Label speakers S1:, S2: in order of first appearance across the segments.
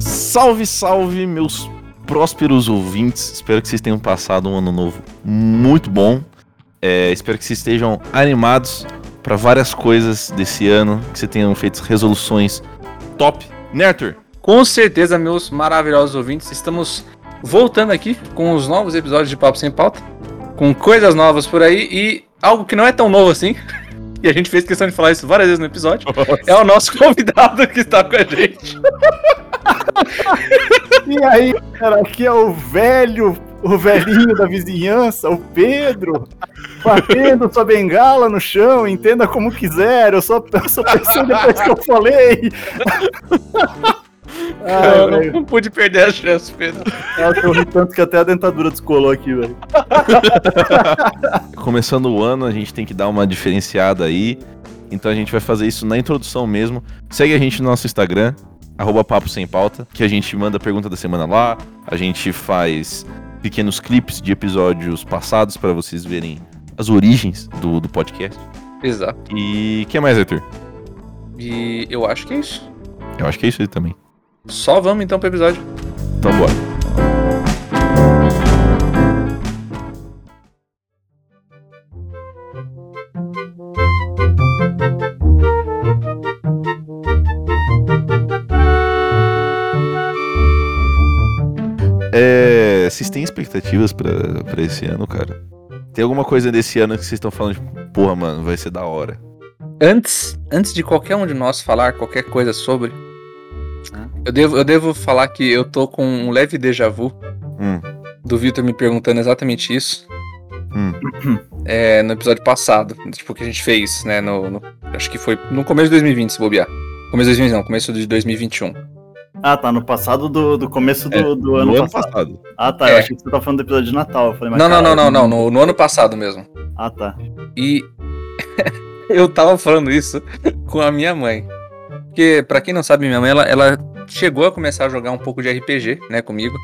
S1: Salve, salve, meus prósperos ouvintes. Espero que vocês tenham passado um ano novo muito bom. É, espero que vocês estejam animados para várias coisas desse ano, que vocês tenham feito resoluções top. Né, Arthur?
S2: Com certeza, meus maravilhosos ouvintes, estamos voltando aqui com os novos episódios de Papo Sem Pauta, com coisas novas por aí e algo que não é tão novo assim. E a gente fez questão de falar isso várias vezes no episódio. É o nosso convidado que está com a gente.
S3: E aí, cara, aqui é o velho, o velhinho da vizinhança, o Pedro, batendo sua bengala no chão, entenda como quiser, eu só, eu só pensei depois que eu falei.
S2: Eu
S3: Ai,
S2: não,
S3: Ah, velho,
S2: não pude perder a chance, Pedro.
S3: acho que eu ri tanto que até a dentadura descolou aqui, velho.
S1: Começando o ano, a gente tem que dar uma diferenciada aí. Então a gente vai fazer isso na introdução mesmo. Segue a gente no nosso Instagram, arroba papo sem pauta, que a gente manda a pergunta da semana lá, a gente faz pequenos clipes de episódios passados para vocês verem as origens do, do podcast.
S2: Exato.
S1: E o que mais, Arthur?
S2: E eu acho que é isso.
S1: Eu acho que é isso aí também.
S2: Só vamos então pro episódio.
S1: Então bora. É, vocês têm expectativas pra, pra esse ano, cara? Tem alguma coisa desse ano que vocês estão falando, tipo, porra, mano, vai ser da hora.
S2: Antes, antes de qualquer um de nós falar qualquer coisa sobre, eu devo, eu devo falar que eu tô com um leve déjà vu
S1: Hum,
S2: do Victor me perguntando exatamente isso.
S1: Hum.
S2: É, no episódio passado, tipo, que a gente fez, né? No, no- acho que foi no começo de 2020, se bobear. Começo de 2020, não, começo de 2021.
S1: É
S3: Ah, tá, no passado do, do começo do, do
S1: no
S3: ano,
S1: ano
S3: passado.
S1: passado.
S3: Ah, tá, eu
S2: É.
S3: achei que você tava falando do episódio de Natal. Eu falei, mas
S2: Não, não, não,
S3: caralho.
S1: né?
S2: não, não, no, no ano passado mesmo.
S3: Ah, tá.
S2: E eu tava falando isso com a minha mãe. Porque, pra quem não sabe, minha mãe, ela, ela chegou a começar a jogar um pouco de RPG, né, comigo.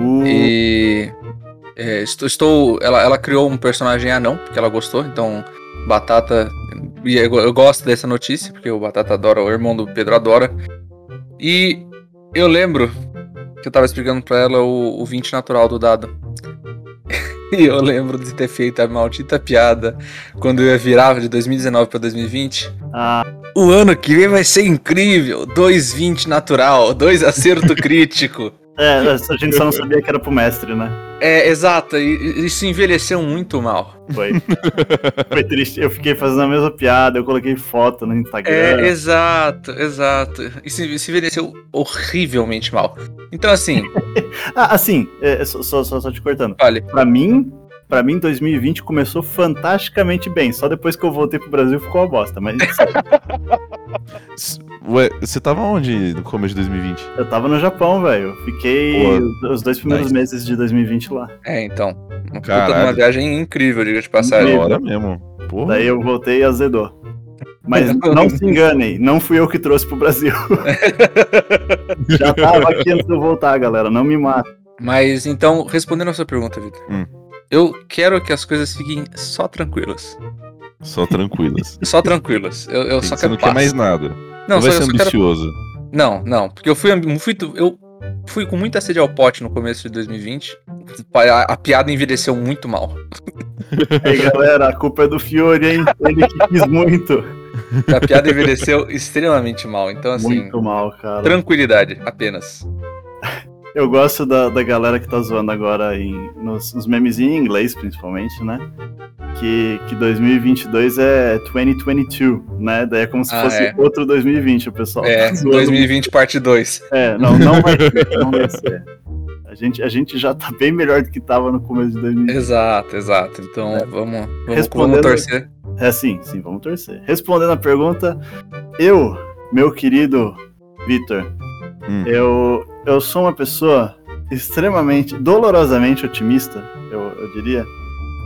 S3: Uh,
S2: E. é, estou. estou- ela, ela criou um personagem anão, porque ela gostou, então. Batata. E eu, eu gosto dessa notícia, porque o Batata adora, o irmão do Pedro adora. E eu lembro que eu tava explicando pra ela o, o 20 natural do dado. E eu lembro de ter feito a maldita piada quando eu virava de 2019 pra 2020.
S3: Ah.
S2: O ano que vem vai ser incrível! 2,20 natural, 2 acerto crítico.
S3: É, a gente só não sabia que era pro mestre, né?
S2: É, exato, e- e isso envelheceu muito mal.
S3: Foi. Foi triste. Eu fiquei fazendo a mesma piada, eu coloquei foto no Instagram.
S2: É, exato, exato. Isso, isso envelheceu horrivelmente mal. Então, assim,
S3: Ah, assim, é, é, só, só, só- só te cortando.
S2: olha,
S3: Pra mim, pra mim, 2020 começou fantasticamente bem. Só depois que eu voltei pro Brasil ficou uma bosta. Mas
S1: S- Ué, você tava onde no começo de 2020?
S3: eu tava no Japão, velho. Eu Fiquei
S1: Boa.
S3: os- os dois primeiros
S1: Nice.
S3: meses de 2020 lá.
S2: é, então. Uma puta de
S1: Caralho.
S2: uma viagem incrível, diga de
S1: Da
S2: passagem.
S3: Incrível.
S1: hora É, mesmo. Porra.
S3: Daí eu voltei e azedou. Mas não se enganem, não fui eu que trouxe pro Brasil. Já tava aqui antes de eu voltar, galera. Não me mata.
S2: Mas então, respondendo a sua pergunta, Vitor.
S1: Hum.
S2: Eu quero que as coisas fiquem só tranquilas.
S1: Só tranquilas.
S2: Só tranquilas. Eu, eu só
S1: Você
S2: quero
S1: não
S2: paz.
S1: quer mais nada. Não,
S2: Não, só,
S1: vai ser
S2: eu só quero.
S1: ambicioso.
S2: Não, não. Porque eu fui, ambi- fui tu- eu fui com muita sede ao pote no começo de 2020. A, a piada envelheceu muito mal.
S3: Aí, galera, a culpa é do Fiore, hein? Ele que quis muito.
S2: A piada envelheceu extremamente mal. Então, assim.
S3: Muito mal, cara.
S2: Tranquilidade, apenas.
S3: Eu gosto da, da galera que tá zoando agora em, nos, nos memes em inglês, principalmente, né? Que, que 2022 é 2022, né? Daí é como se
S2: Ah,
S3: fosse
S2: é.
S3: outro 2020, o pessoal.
S2: É,
S3: tá zoando.
S2: 2020 parte 2.
S3: É, não, não vai ser, não vai ser. A gente, a gente já tá bem melhor do que tava no começo de 2020.
S2: Exato, exato. Então
S3: É.
S2: vamos, vamos, vamos
S3: Respondendo-
S2: torcer.
S3: É, sim, sim, vamos torcer. Respondendo a pergunta, eu, meu querido Vitor,
S1: Hum.
S3: eu, eu sou uma pessoa extremamente, dolorosamente otimista, eu, eu diria,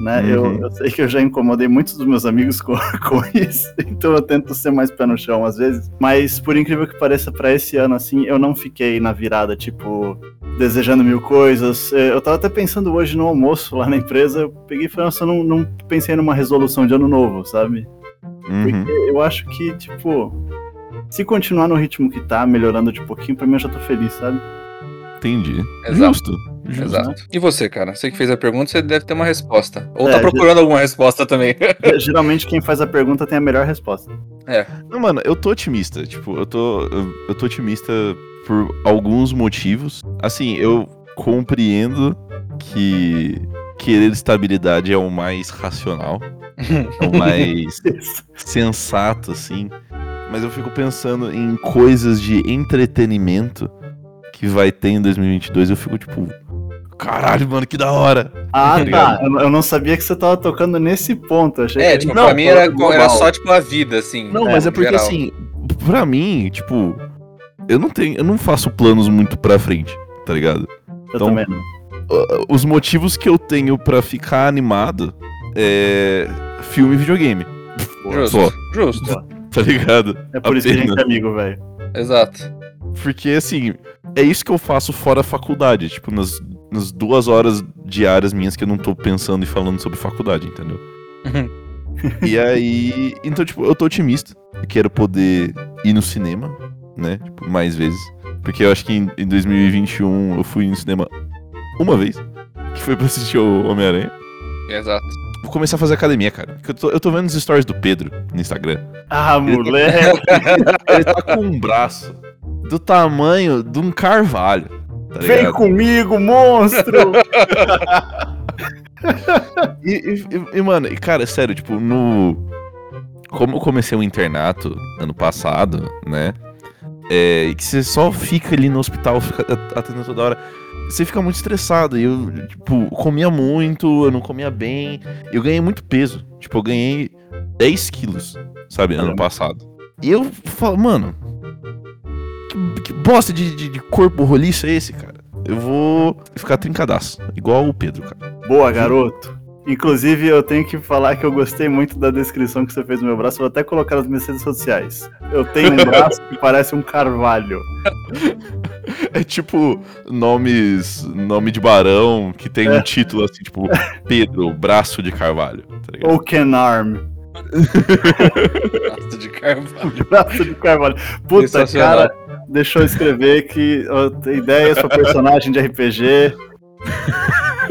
S3: né?
S1: Uhum.
S3: Eu, eu sei que eu já incomodei muitos dos meus amigos com, com isso, então eu tento ser mais pé no chão às vezes. Mas por incrível que pareça, pra esse ano assim, eu não fiquei na virada, tipo, desejando mil coisas. Eh, Eu tava até pensando hoje no almoço lá na empresa, eu peguei e falei, nossa, eu não, não pensei numa resolução de ano novo, sabe?
S1: Uhum.
S3: Porque eu acho que, tipo, se continuar no ritmo que tá, melhorando de pouquinho, pra mim eu já tô feliz, sabe?
S1: Entendi.
S2: Exato.
S1: Justo. Justo.
S2: Exato. E você, cara? Você que fez a pergunta, você deve ter uma resposta. Ou
S3: É,
S2: tá procurando alguma resposta também.
S3: Geralmente quem faz a pergunta tem a melhor resposta.
S2: É.
S1: Não, mano, eu tô otimista. Tipo, eu tô. Eu, eu tô otimista por alguns motivos. Assim, eu compreendo que querer estabilidade é o mais racional, é o mais sensato, assim. Mas eu fico pensando em coisas de entretenimento que vai ter em 2022. Eu fico tipo, caralho, mano, que da hora.
S3: Ah, tá.
S1: ligado?
S3: Eu, eu não sabia que você tava tocando nesse ponto. eu Achei
S2: é,
S3: que...
S2: tipo,
S1: Não,
S2: pra mim era,
S3: global.
S2: era só, tipo, a vida, assim.
S1: Não,
S2: né,
S1: mas é
S2: no
S1: porque
S2: geral.
S1: assim, pra mim, tipo, eu não tenho, eu não faço planos muito pra frente, tá ligado?
S3: eu
S1: então-
S3: também não.
S1: Uh, os motivos que eu tenho pra ficar animado é filme e videogame,
S2: Justo,
S1: Boa.
S2: justo.
S1: tá ligado?
S3: É por isso que a gente é
S1: Apenas.
S3: amigo, velho.
S2: Exato.
S1: Porque assim, é isso que eu faço fora a faculdade, tipo, nas, nas duas horas diárias minhas que eu não tô pensando e falando sobre faculdade, entendeu? e aí. Então, tipo, eu tô otimista. Eu quero poder ir no cinema, né? Tipo, mais vezes. Porque eu acho que em, em 2021 eu fui no cinema uma vez. Que foi pra assistir o Homem-Aranha.
S2: Exato.
S1: Vou começar a fazer academia, cara. Porque Eu tô, eu tô vendo os stories do Pedro no Instagram.
S3: Ah, moleque.
S1: Ele tá com um braço do tamanho de um carvalho. Tá
S3: Vem
S1: ligado?
S3: comigo, monstro!
S1: E, e- e- e, mano, e, cara, sério, tipo, no. Como eu comecei um internato ano passado, né? É, e que você só fica ali no hospital, fica at- atendendo toda hora. Você fica muito estressado. E eu, tipo, comia muito, eu não comia bem. Eu ganhei muito peso. Tipo, eu ganhei 10 quilos, sabe, ano
S3: Caramba.
S1: passado. E eu falo, mano. Que, que bosta de, de- de corpo roliço é esse, cara? Eu vou ficar trincadaço, igual o Pedro, cara.
S3: Boa, garoto. Inclusive, eu tenho que falar que eu gostei muito da descrição que você fez do meu braço. Vou até colocar nas minhas redes sociais. Eu tenho um braço que parece um carvalho.
S1: É tipo nomes, nome de barão que tem
S3: É.
S1: um título assim, tipo Pedro, braço de Carvalho, tá ligado?
S3: Ou Ken Arm.
S2: Nossa, de carvalho.
S3: Braço de carvalho. Puta,
S2: Sensacional.
S3: cara. Deixa eu escrever que eu tenho ideias pra personagem de RPG.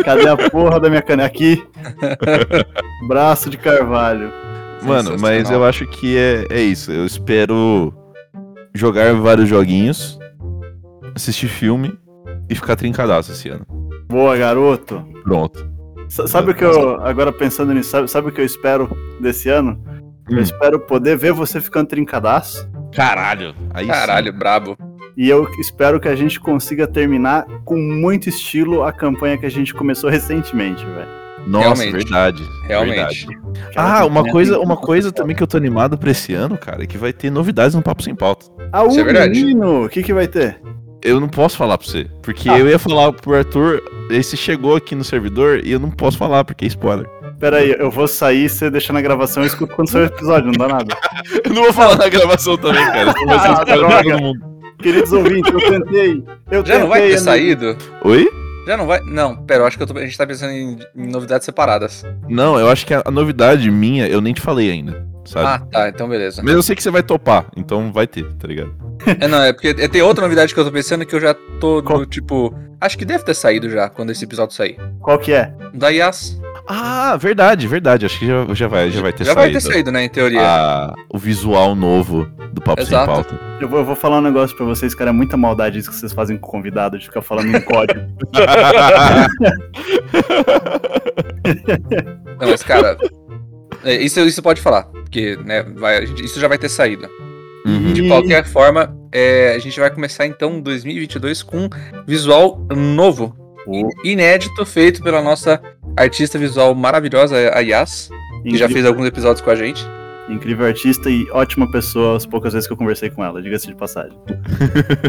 S3: Cadê a porra da minha cana? Aqui. Braço de carvalho.
S1: Mano, mas eu acho que é, é isso. Eu espero jogar vários joguinhos, assistir filme e ficar trincadaço esse ano.
S3: Boa, garoto.
S1: Pronto.
S3: S- Sabe o que eu, agora pensando nisso, sabe, sabe o que eu espero desse ano?
S1: Hum.
S3: Eu espero poder ver você ficando trincadaço.
S1: Caralho. Aí sim.
S2: Caralho, brabo.
S3: E eu espero que a gente consiga terminar com muito estilo a campanha que a gente começou recentemente, velho.
S1: Nossa,
S2: Realmente.
S1: verdade.
S2: Realmente.
S1: Verdade.
S3: Aquela
S1: Ah, uma
S3: campanha
S1: coisa,
S3: tem
S1: uma
S3: muito
S1: coisa
S3: foda.
S1: também que eu tô animado pra esse ano, cara, é que vai ter novidades no Papo Sem Pauta.
S3: Ah,
S2: Isso
S3: o
S2: é verdade.
S3: menino, o que que vai ter?
S1: Eu não posso falar pra você. Porque
S2: Tá.
S3: Ah.
S1: eu ia falar pro Arthur, esse chegou aqui no servidor e eu não posso falar, porque é spoiler.
S3: Pera aí, eu vou sair, você deixa na gravação e escuta quando sair o episódio, não dá nada.
S1: Eu não vou falar na gravação também, cara. senão vai ser
S3: Ah,
S1: spoiler pra
S3: droga.
S1: todo mundo.
S3: Queridos ouvintes, eu tentei. Eu
S2: Já não vai ter
S3: tentei, amigo.
S2: saído?
S1: Oi?
S2: Já não vai. Não, pera, eu acho que eu tô- a gente tá pensando em, em novidades separadas.
S1: Não, eu acho que a, a novidade minha, eu nem te falei ainda,
S2: Ah,
S1: sabe?
S2: tá, então beleza.
S1: Mas eu sei que você vai topar, então vai ter, tá ligado?
S2: É, não, é porque é, tem outra novidade que eu tô pensando que eu já tô
S3: Qual?
S2: no tipo. Acho que deve ter saído já quando esse episódio sair.
S3: Qual que é?
S2: Da Yas.
S1: Ah, verdade, verdade. Acho que já, já vai, já vai ter
S2: já vai
S1: saído.
S2: ter saído, né, em teoria.
S1: Ah, o visual novo do Papo Sem
S2: Exato.
S1: Pauta.
S3: Eu vou, eu vou falar um negócio pra vocês, cara, é muita maldade isso que vocês fazem com convidado, de ficar falando em código.
S2: Não, mas cara. é, isso, isso pode falar. Porque, né, vai- a gente- isso já vai ter saído.
S1: Uhum.
S2: De
S3: E-
S2: qualquer forma, é, a gente vai começar então 2022 com visual novo,
S1: Uhum.
S3: Oh.
S2: inédito, feito pela nossa artista visual maravilhosa, a Yas, que já
S3: Incrível.
S2: fez alguns episódios com a gente.
S3: Incrível artista e ótima pessoa as poucas vezes que eu conversei com ela, diga-se de passagem.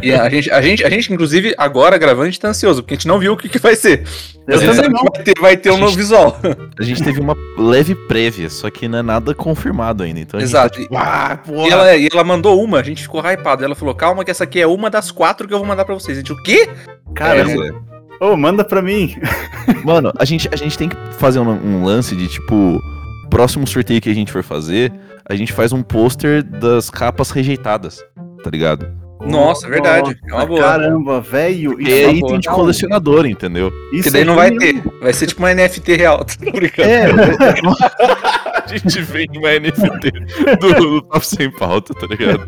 S2: E a gente, a, gente, a gente, inclusive, agora gravando, a gente tá ansioso, porque a gente não viu o que, que vai ser.
S3: Eu
S2: Mas a gente sabe
S3: também não.
S2: que Vai ter, vai ter um
S1: A
S2: novo
S1: gente-
S2: visual.
S1: A gente teve uma leve prévia, só que não é nada confirmado ainda. Então a gente
S2: Exato.
S1: tá tipo, ah, porra.
S2: E ela, e ela mandou uma, a gente ficou hypado. Ela falou, calma que essa aqui é uma das quatro que eu vou mandar pra vocês. A gente, o quê?
S3: Cara,
S2: né?
S1: É,
S3: ô, manda pra mim.
S1: Mano, a gente, a gente tem que fazer um, um lance de tipo. Próximo sorteio que a gente for fazer, a gente faz um pôster das capas rejeitadas, tá ligado?
S2: Nossa, é verdade. É uma boa.
S3: Caramba, velho.
S1: E
S3: isso
S1: é
S3: é uma
S1: item
S3: boa.
S1: de colecionador, entendeu?
S3: Isso
S2: Que daí
S3: é
S2: não vai
S3: genial.
S2: ter. Vai ser tipo uma NFT real. Tô brincando. né?
S1: A gente vende uma NFT do, do Papo Sem Pauta, tá ligado?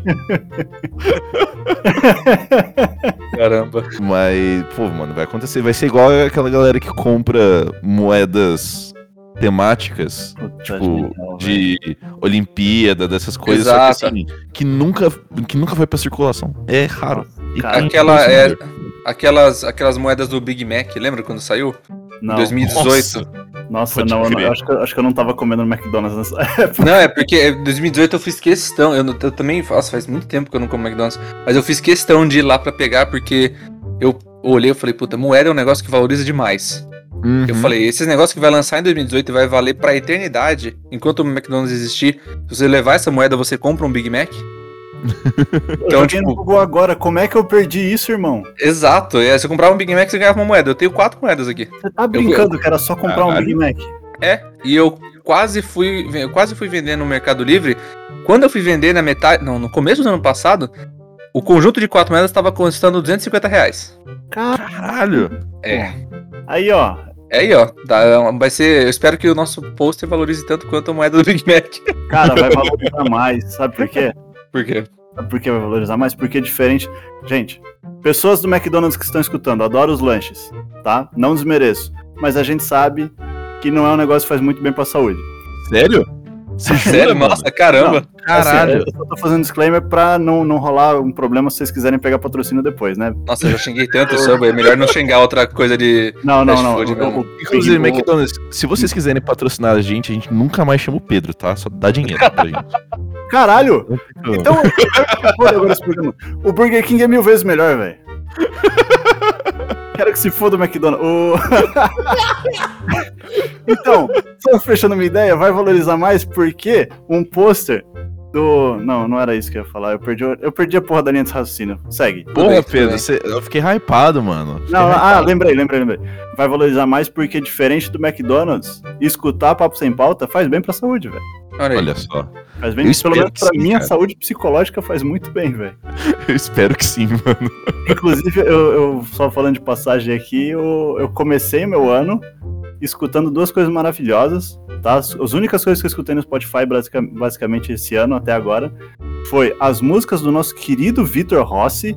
S2: Caramba.
S1: Mas, pô, mano, vai acontecer. Vai ser igual aquela galera que compra moedas temáticas
S3: Puta,
S1: tipo,
S3: é genial, velho.
S1: de Olimpíada, dessas coisas,
S2: né? Exato.
S1: só que assim, que nunca, que nunca foi pra circulação. É raro. E
S3: Cara,
S1: quem
S2: Aquela,
S1: tem
S2: é,
S1: esse
S2: aquelas, aquelas moedas do Big Mac, lembra quando saiu?
S3: Não.
S2: 2018.
S3: Nossa,
S1: Pode
S3: não, eu, não-
S1: crer.
S3: eu acho que, eu acho que eu não tava comendo no McDonald's nessa
S2: Não, é porque em 2018 eu fiz questão. Eu, não- eu também faço, faz muito tempo que eu não como McDonald's. Mas eu fiz questão de ir lá pra pegar, porque eu olhei e falei, puta, moeda é um negócio que valoriza demais.
S1: Uhum.
S2: Eu falei, esses negócios que vai lançar em 2018 e vai valer pra eternidade, enquanto o McDonald's existir, se você levar essa moeda, você compra um Big Mac?
S3: Eu
S2: Então,
S3: joguei no
S2: tipo,
S3: Google agora, como é que eu perdi isso, irmão?
S2: exato. É, você comprava um Big Mac, você ganhava uma moeda. Eu tenho quatro moedas aqui.
S3: Você tá brincando que era só comprar um
S1: Caralho.
S3: Big Mac?
S2: É, e eu quase fui, eu quase fui vender no Mercado Livre. Quando eu fui vender na metade, não, no começo do ano passado, o conjunto de quatro moedas estava custando 250 reais.
S3: Cara,
S1: Uhum. Caralho!
S2: É.
S3: aí ó,
S2: É aí, ó. Dá- vai ser. Eu espero que o nosso poster valorize tanto quanto a moeda do Big Mac.
S3: cara, vai valorizar mais, sabe por quê?
S2: Por quê?
S3: Sabe por que vai valorizar mais? Porque é diferente. Gente, pessoas do McDonald's que estão escutando, adoro os lanches, tá? Não desmereço. Mas a gente sabe que não é um negócio que faz muito bem pra saúde.
S1: Sério? Você jura,
S2: Sério,
S1: mano?
S2: nossa, caramba.
S3: Assim, eu só tô fazendo disclaimer pra não, não rolar um problema se vocês quiserem pegar patrocínio depois, né?
S2: Nossa, eu já xinguei tanto o Subway. Melhor não xingar outra coisa de.
S3: Não, não,
S2: Fast
S3: não.
S2: food né? mesmo.
S3: o- o-
S1: Inclusive,
S2: Tipo,
S3: o-
S1: McDonald's, se vocês quiserem patrocinar a gente, a gente nunca mais chama o Pedro, tá? Só dá dinheiro pra gente.
S3: Caralho! Então, foda agora esse programa. O Burger King é mil vezes melhor, velho. Quero que se foda o McDonald's. O- então, só fechando minha ideia, vai valorizar mais porque um pôster do. Não, não era isso que eu ia falar. Eu perdi, o- eu perdi a porra da linha de raciocínio. Segue.
S2: Tudo bem,
S1: Porra,
S2: tudo
S1: Pedro,
S2: bem.
S1: você- eu fiquei hypado, mano. Fiquei
S3: Não, ah,
S1: hypado.
S3: lembrei, lembrei, lembrei. Vai valorizar mais porque, diferente do McDonald's, escutar papo sem pauta faz bem pra saúde, velho.
S2: Olha aí.
S1: Olha só.
S3: Faz
S1: Eu
S3: bem,
S1: espero
S3: pelo menos
S1: que
S3: pra
S1: sim,
S3: minha
S1: cara.
S3: saúde psicológica faz muito bem, velho.
S1: Eu espero que sim, mano.
S3: Inclusive, eu, eu- só falando de passagem aqui, eu, eu comecei meu ano escutando duas coisas maravilhosas, tá? As, as únicas coisas que eu escutei no Spotify basica- basicamente esse ano até agora foi as músicas do nosso querido Vitor Rossi.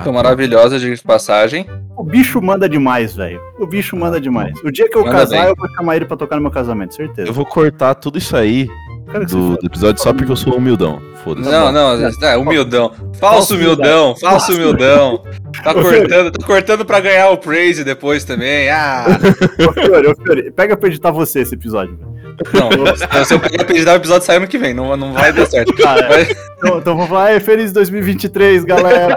S2: Então, maravilhosa de passagem.
S3: O bicho manda demais, velho. O bicho manda demais. O dia que eu
S2: Ah, Manda
S3: casar,
S2: bem.
S3: eu vou chamar ele pra tocar no meu casamento, certeza.
S1: Eu vou cortar tudo isso aí
S3: Quero que
S1: do,
S3: se
S1: do episódio só porque eu sou humildão. Foda-se.
S2: Não, não, é humildão. Falso humildão, falso humildão. Tá cortando, tá cortando pra ganhar o praise depois também. Ah,
S3: Ô, Fiore, ô, Fiore, pega pra editar você esse episódio, velho.
S2: não. Se eu pegar pra editar o episódio, sai ano que vem. Não, não vai dar certo.
S3: Ah, é.
S2: Mas-
S3: Então, então vou falar, é, feliz 2023, galera!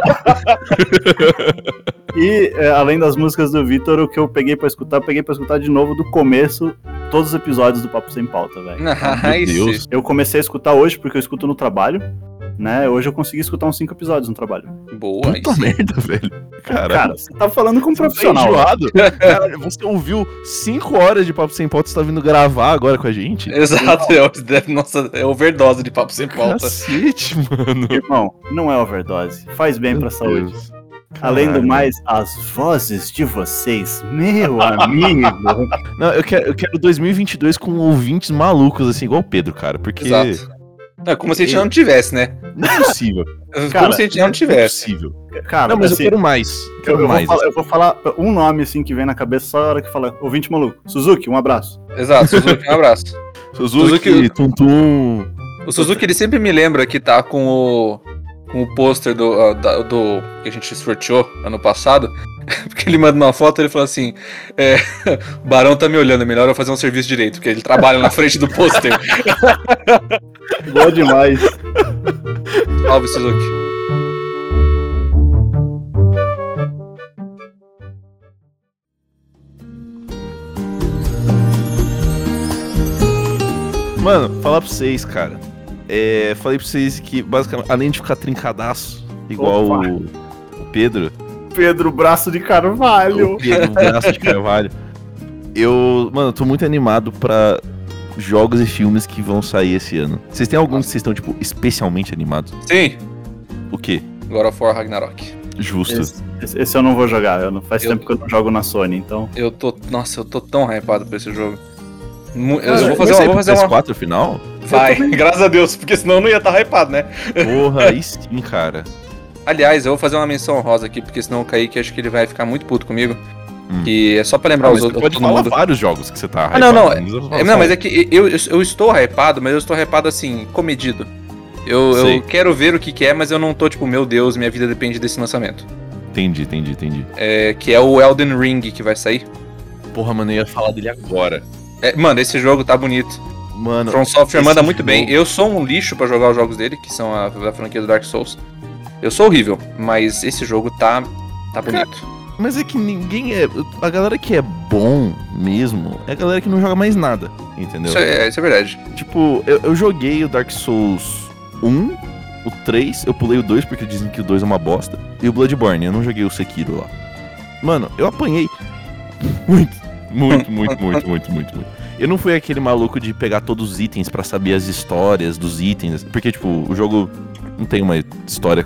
S3: e é, além das músicas do Vitor, o que eu peguei pra escutar, eu peguei pra escutar de novo do começo todos os episódios do Papo Sem Pauta, velho.
S1: Meu
S2: Nice.
S1: Deus.
S3: Eu comecei a escutar hoje porque eu escuto no trabalho, né? Hoje eu consegui escutar uns cinco episódios no trabalho.
S2: Boa.
S1: Puta merda, velho. Caralho.
S3: Cara, você tá falando com um
S2: né?
S3: profissional.
S1: Tá enjoado? Caralho, você ouviu 5 horas de Papo Sem Pauta, você tá vindo gravar agora com a gente?
S2: Exato. é- Nossa, é overdose de papo sem pauta.
S1: Cacete, mano.
S3: Irmão, não é overdose. Faz bem pra saúde.
S1: Deus.
S3: Além do
S1: Caralho.
S3: mais, as vozes de vocês, meu amigo.
S1: Não, eu quero, eu quero 2022 com ouvintes malucos, assim, igual o Pedro, cara. Porque
S2: Exato. É como se a gente não tivesse, né?
S1: não é possível.
S2: como
S3: Cara,
S2: se a gente não
S1: Não é
S2: tivesse.
S1: possível.
S3: Cara,
S1: Não, mas eu
S3: assim,
S1: quero mais.
S3: Eu,
S1: Quero
S3: eu
S1: mais. assim.
S3: vou falar, eu vou falar um nome assim que vem na cabeça só a hora que falar. Ouvinte maluco. Suzuki, um abraço.
S2: Exato, Suzuki, um abraço.
S1: Suzuki,
S2: Suzuki-
S1: Tum Tum.
S2: O Suzuki, ele sempre me lembra que tá com o. com o pôster do, ah, da- do que a gente sorteou ano passado. Porque ele manda uma foto e ele fala assim: é, o Barão tá me olhando, é melhor eu fazer um serviço direito, porque ele trabalha na frente do pôster.
S3: Boa demais.
S2: Salve, Suzuki.
S1: Mano, falar pra vocês, cara. É, falei pra vocês que, basicamente, além de ficar trincadaço, igual
S3: Opa.
S1: o, o Pedro,
S3: Pedro Braço de
S1: o
S3: Carvalho.
S1: Pedro Braço de Carvalho, eu, mano, eu tô muito animado pra jogos e filmes que vão sair esse ano. Vocês têm algum que vocês estão, tipo, especialmente animados?
S2: Sim,
S1: O quê?
S2: God of War Ragnarok.
S1: Justo.
S3: Esse, esse eu não vou jogar. Eu não, faz
S2: Eu-
S3: tempo que eu não jogo na Sony, então.
S2: Eu tô. Nossa, eu tô tão hypado pra esse jogo. Mu- Eu
S1: Mas
S2: vou
S1: vai
S2: fazer uma.
S1: sair
S2: Vou
S1: pro
S2: fazer uma...
S1: PS4 final?
S2: Vai, graças a Deus, porque senão eu não ia estar hypado, né?
S1: Porra, aí sim, cara.
S2: Aliás, eu vou fazer uma menção rosa aqui, porque senão o Kaique acho que ele vai ficar muito puto comigo.
S1: Hum.
S2: Que é só pra
S1: Ah,
S2: lembrar
S1: mas
S2: os
S1: você
S2: outros.
S1: pode
S2: todo
S1: falar
S2: mundo.
S1: vários jogos que você tá
S2: Ah, não, não,
S1: hypado, precisa falar
S2: É,
S1: só
S2: não, mas
S1: um.
S2: é que eu, eu, eu estou hypado, mas eu estou hypado assim, comedido. Eu,
S1: Sei.
S2: eu quero ver o que, que é, mas eu não tô tipo, meu Deus, minha vida depende desse lançamento.
S1: Entendi, entendi, entendi.
S2: É, que é o Elden Ring que vai sair.
S1: Porra, mano, eu ia falar dele agora.
S2: É, mano, esse jogo tá bonito.
S1: Mano,
S2: From Software
S1: esse é
S2: manda muito
S1: jogo-
S2: bem. Eu sou um lixo pra jogar os jogos dele, que são a, da franquia do Dark Souls. Eu sou horrível, mas esse jogo tá tá bonito.
S1: Mas é que ninguém é. A galera que é bom mesmo é a galera que não joga mais nada, entendeu?
S2: Isso é, isso é verdade.
S1: Tipo, eu, eu joguei o Dark Souls 1, o 3, eu pulei o 2 porque dizem que o 2 é uma bosta, e o Bloodborne, eu não joguei o Sekiro lá. Mano, eu apanhei muito, muito, muito, muito, muito, muito, muito. Eu não fui aquele maluco de pegar todos os itens pra saber as histórias dos itens, porque, tipo, o jogo não tem uma história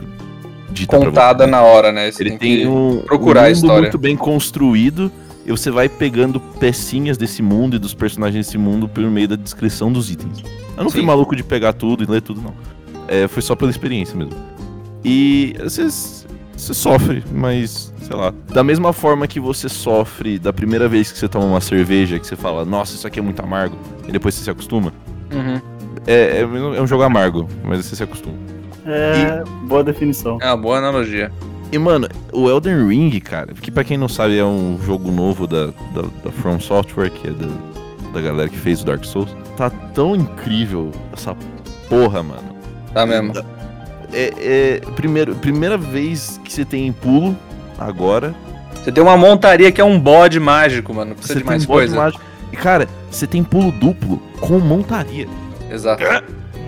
S1: dita pra
S2: Contada
S1: você.
S2: na hora, né? Você
S1: Ele
S2: que-
S1: tem um,
S2: procurar
S1: um
S2: a
S1: mundo
S2: história.
S1: muito bem construído. E você vai pegando pecinhas desse mundo e dos personagens desse mundo por meio da descrição dos itens. Eu não fui
S2: Sim.
S1: maluco de pegar tudo e ler tudo, não. É, foi só pela experiência mesmo. E você, você sofre, mas sei lá. Da mesma forma que você sofre da primeira vez que você toma uma cerveja, que você fala, nossa, isso aqui é muito amargo, e depois você se acostuma.
S2: Uhum.
S1: É, é, é um jogo amargo, mas você se acostuma.
S3: É, boa definição.
S2: É uma boa analogia.
S1: E, mano, o Elden Ring, cara, que pra quem não sabe é um jogo novo da, da, da From Software, que é da, da galera que fez o Dark Souls, tá tão incrível essa porra, mano.
S2: Tá mesmo.
S1: É, é primeiro, primeira vez que você tem pulo agora,
S2: Você tem uma montaria que é um bode mágico, mano. Precisa
S1: você
S2: de
S1: tem
S2: mais
S1: um bode
S2: coisa.
S1: mágico. E, cara, você tem pulo duplo com montaria.
S2: Exato.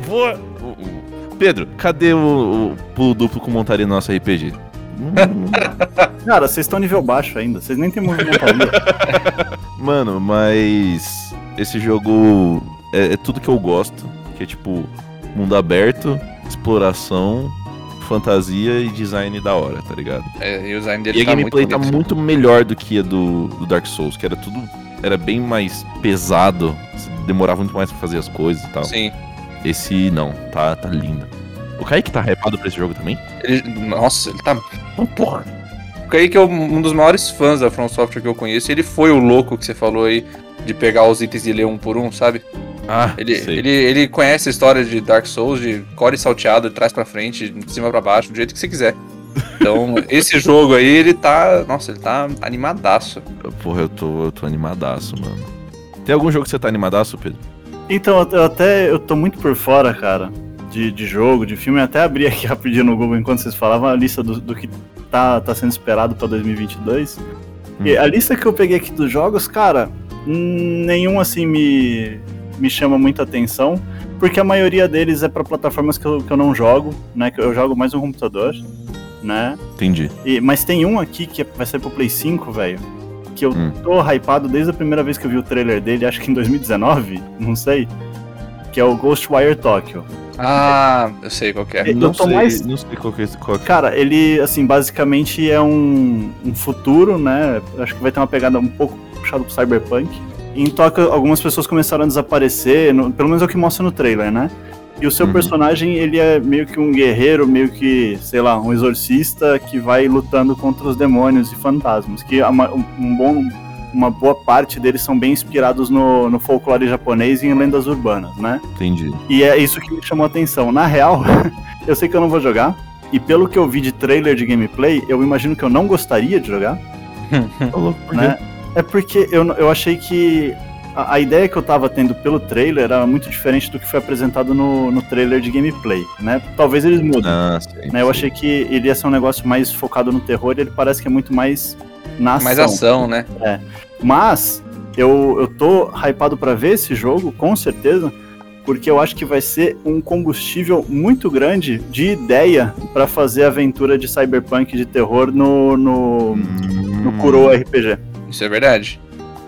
S1: Boa! Pedro, cadê o, o pulo duplo com montaria no nosso RPG? Não- não-
S3: Cara, vocês estão nível baixo ainda. Vocês nem têm movimentaria.
S1: Mano, mas esse jogo é, é tudo que eu gosto, que é tipo mundo aberto, exploração, fantasia e design da hora, tá ligado?
S2: É, e o design dele
S1: E a
S2: tá
S1: gameplay
S2: muito
S1: tá
S2: bonito.
S1: muito melhor do que a do, do Dark Souls, que era tudo era bem mais pesado, você demorava muito mais pra fazer as coisas e tal.
S2: Sim.
S1: Esse não, tá tá lindo. O Kaique tá hypado pra esse jogo também?
S2: Ele- nossa, ele tá
S1: Então, porra.
S2: O Kaique é um dos maiores fãs da From Software que eu conheço. Ele foi o louco que você falou aí de pegar os itens e ler um por um, sabe?
S1: Ah,
S2: Ele,
S1: sei.
S2: ele, ele conhece a história de Dark Souls, de core salteado, de trás pra frente, de cima pra baixo, do jeito que você quiser. Então, esse jogo aí, ele tá. Nossa, ele tá animadaço.
S1: Porra, eu tô, eu tô animadaço, mano. Tem algum jogo que você tá animadaço, Pedro?
S3: então, eu- eu até eu tô muito por fora, cara, de, de jogo, de filme. Eu até abri aqui rapidinho no Google enquanto vocês falavam a lista do, do que tá, tá sendo esperado pra 2022. E
S1: Hum.
S3: a lista que eu peguei aqui dos jogos, cara, hum, nenhum assim me, me chama muita atenção. Porque a maioria deles é pra plataformas que eu, que eu não jogo, né? Que eu jogo mais no computador, né?
S1: Entendi.
S3: E- mas tem um aqui que vai sair pro Play 5, velho. Que eu
S1: Hum.
S3: tô hypado desde a primeira vez que eu vi o trailer dele, acho que em 2019, não sei. Que é o Ghostwire Tokyo.
S2: Ah, eu sei qual que é.
S3: Eu
S1: não
S3: tô
S1: sei,
S3: mais-
S1: não sei qual que é esse- qual que-
S3: Cara, ele, assim, basicamente é um, um futuro, né? Acho que vai ter uma pegada um pouco puxada pro cyberpunk. E em Tóquio, algumas pessoas começaram a desaparecer, no- pelo menos é o que mostra no trailer, né? E o seu
S1: Uhum.
S3: personagem, ele é meio que um guerreiro, meio que, sei lá, um exorcista que vai lutando contra os demônios e fantasmas. Que é uma, um bom, uma boa parte deles são bem inspirados no, no folclore japonês e em lendas urbanas, né?
S1: Entendi.
S3: E é isso que me chamou a atenção. Na real, eu sei que eu não vou jogar. E pelo que eu vi de trailer de gameplay, eu imagino que eu não gostaria de jogar,
S1: Ô, louco, por quê?
S3: né? É porque eu, eu achei que a, a ideia que eu tava tendo pelo trailer era muito diferente do que foi apresentado no, no trailer de gameplay, né? Talvez eles mudem.
S1: Ah, sim,
S3: né? Eu
S1: sim.
S3: achei que ele ia ser um negócio mais focado no terror e ele parece que é muito mais na ação.
S1: assim,
S2: Mais ação, né?
S3: Mas eu, eu tô hypado pra ver esse jogo, com certeza, porque eu acho que vai ser um combustível muito grande de ideia pra fazer aventura de cyberpunk de terror no, no, no
S1: Hum,
S3: Kuro RPG.
S2: Isso é verdade.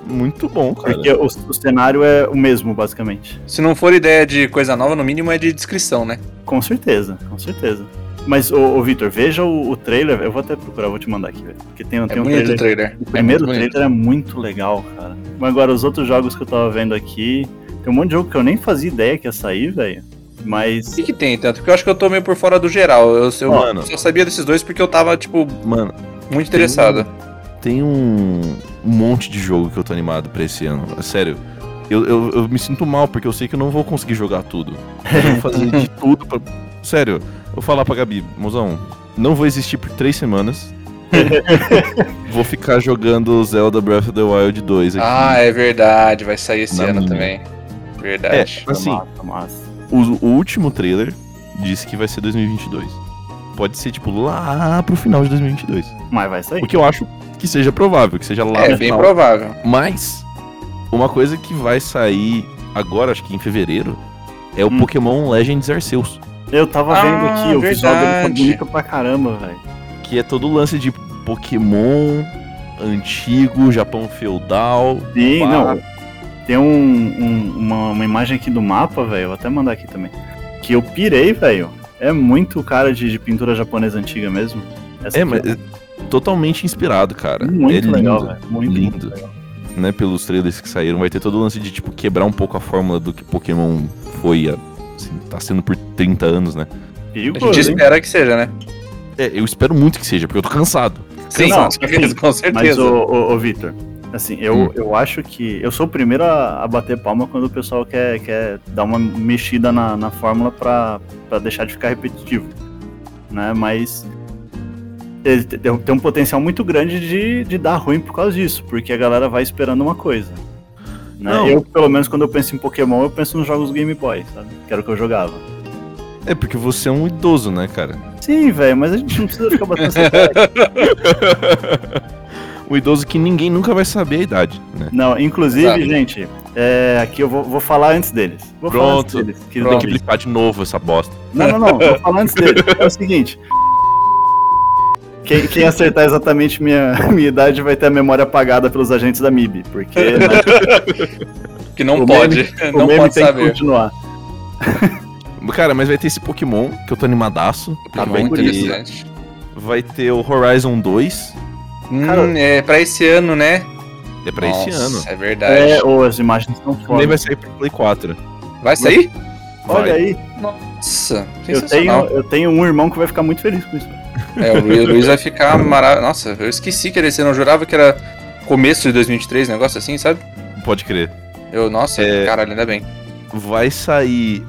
S1: Muito bom, cara.
S3: Porque o, o cenário é o mesmo, basicamente.
S2: Se não for ideia de coisa nova, no mínimo é de descrição, né?
S3: Com certeza, com certeza. Mas, ô, ô, Vitor, veja o, o trailer. Eu vou até procurar, vou te mandar aqui, velho. Porque tem,
S2: É
S3: tem um
S2: bonito o
S3: trailer
S2: trailer.
S3: O primeiro
S2: é muito bonito.
S3: trailer é muito legal, cara. Mas agora, os outros jogos que eu tava vendo aqui. Tem um monte de jogo que eu nem fazia ideia que ia sair, velho.
S2: O
S3: Mas.
S2: que, que tem tanto? Porque eu acho que eu tô meio por fora do geral. Eu, eu
S1: Mano.
S2: só sabia desses dois porque eu tava, tipo,
S1: Mano,
S2: muito interessado.
S1: tem um um monte de jogo que eu tô animado pra esse ano. é Sério. Eu, eu, eu me sinto mal, porque eu sei que eu não vou conseguir jogar tudo. Eu vou fazer de tudo pra. Sério, eu vou falar pra Gabi, mozão, não vou existir por três semanas. vou ficar jogando Zelda Breath of the Wild 2 aqui.
S2: Ah, é verdade. Vai sair esse
S1: Na
S2: ano
S1: minha.
S2: também. Verdade.
S1: É, assim,
S3: Massa, massa.
S1: o, o último trailer disse que vai ser 2022. Pode ser, tipo, lá pro final de 2022.
S3: Mas vai sair.
S1: O que eu acho que seja provável, que seja lá
S2: É,
S1: no
S2: bem
S1: final.
S2: provável.
S1: Mas, uma coisa que vai sair agora, acho que em fevereiro, é o
S3: Hum.
S1: Pokémon Legends Arceus.
S3: Eu tava
S2: Ah,
S3: vendo aqui, o visual dele tá
S2: verdade.
S3: bonito pra caramba, velho.
S1: Que é todo o lance de Pokémon antigo, Japão feudal.
S3: Sim,
S1: Uau.
S3: não. Tem um, um- uma, uma imagem aqui do mapa, velho. Vou até mandar aqui também. Que eu pirei, velho. É muito cara de, de pintura japonesa antiga mesmo. Essa
S1: É,
S3: aqui,
S1: mas
S3: ó.
S1: é totalmente inspirado, cara.
S3: Muito
S1: é lindo,
S3: legal, velho. Muito
S1: lindo.
S3: muito legal.
S1: né? Pelos trailers que saíram. Vai ter todo o lance de, tipo, quebrar um pouco a fórmula do que Pokémon foi, a- assim, tá sendo por 30 anos, né?
S2: A gente
S3: Perigoso, hein?
S2: espera que seja, né?
S1: É, eu espero muito que seja, porque eu tô cansado.
S2: Sim,
S3: Não,
S2: com certeza. Com
S3: Mas,
S2: certeza.
S3: ô, ô, ô, Vitor, assim, eu,
S1: Hum.
S3: eu acho que. Eu sou o primeiro a, a bater palma quando o pessoal quer, quer dar uma mexida na, na fórmula pra, pra deixar de ficar repetitivo. Né? Mas. ele te- tem, tem um potencial muito grande de, de dar ruim por causa disso, porque a galera vai esperando uma coisa. Né?
S1: Não.
S3: Eu, pelo menos, quando eu penso em Pokémon, eu penso nos jogos Game Boy, sabe? Que era o que eu jogava.
S1: É, porque você é um idoso, né, cara?
S3: Sim, velho, mas a gente não precisa ficar batendo essa tecla.
S1: Um idoso que ninguém nunca vai saber a idade, né?
S3: Não, inclusive,
S2: Exato.
S3: gente, é, aqui eu vou, vou falar antes deles. Vou falar antes
S1: Pronto.
S3: deles, que
S1: Tem que
S3: não-
S1: blipar de novo essa bosta.
S3: Não, não, não, vou falar antes deles. É o seguinte. Quem, quem acertar exatamente minha, minha idade vai ter a memória apagada pelos agentes da MIB, porque né,
S2: que não
S3: o
S2: pode.
S3: o
S2: não
S3: meme
S2: pode
S3: tem que
S2: saber.
S3: continuar.
S1: Cara, mas vai ter esse Pokémon, que eu tô animadaço. Porque
S2: Tá
S1: vai,
S2: muito
S1: ter,
S2: interessante.
S1: vai ter o Horizon 2.
S2: Hum, é pra esse ano, né?
S1: É pra esse
S2: Nossa,
S1: ano.
S2: É verdade.
S3: É, ou as imagens estão
S1: Também
S3: foda.
S1: vai sair pro Play 4.
S2: Vai sair?
S1: vai.
S3: Olha aí,
S2: Nossa,
S3: eu tenho,
S2: sensacional.
S3: eu tenho um irmão que vai ficar muito feliz com isso.
S2: É, o Luiz- o Luiz vai ficar maravilhoso. Nossa, eu esqueci que era esse ano. Eu jurava que era começo de 2023, negócio assim, sabe?
S1: Pode crer.
S2: Eu, nossa,
S1: É.
S2: caralho, ainda bem.
S1: Vai sair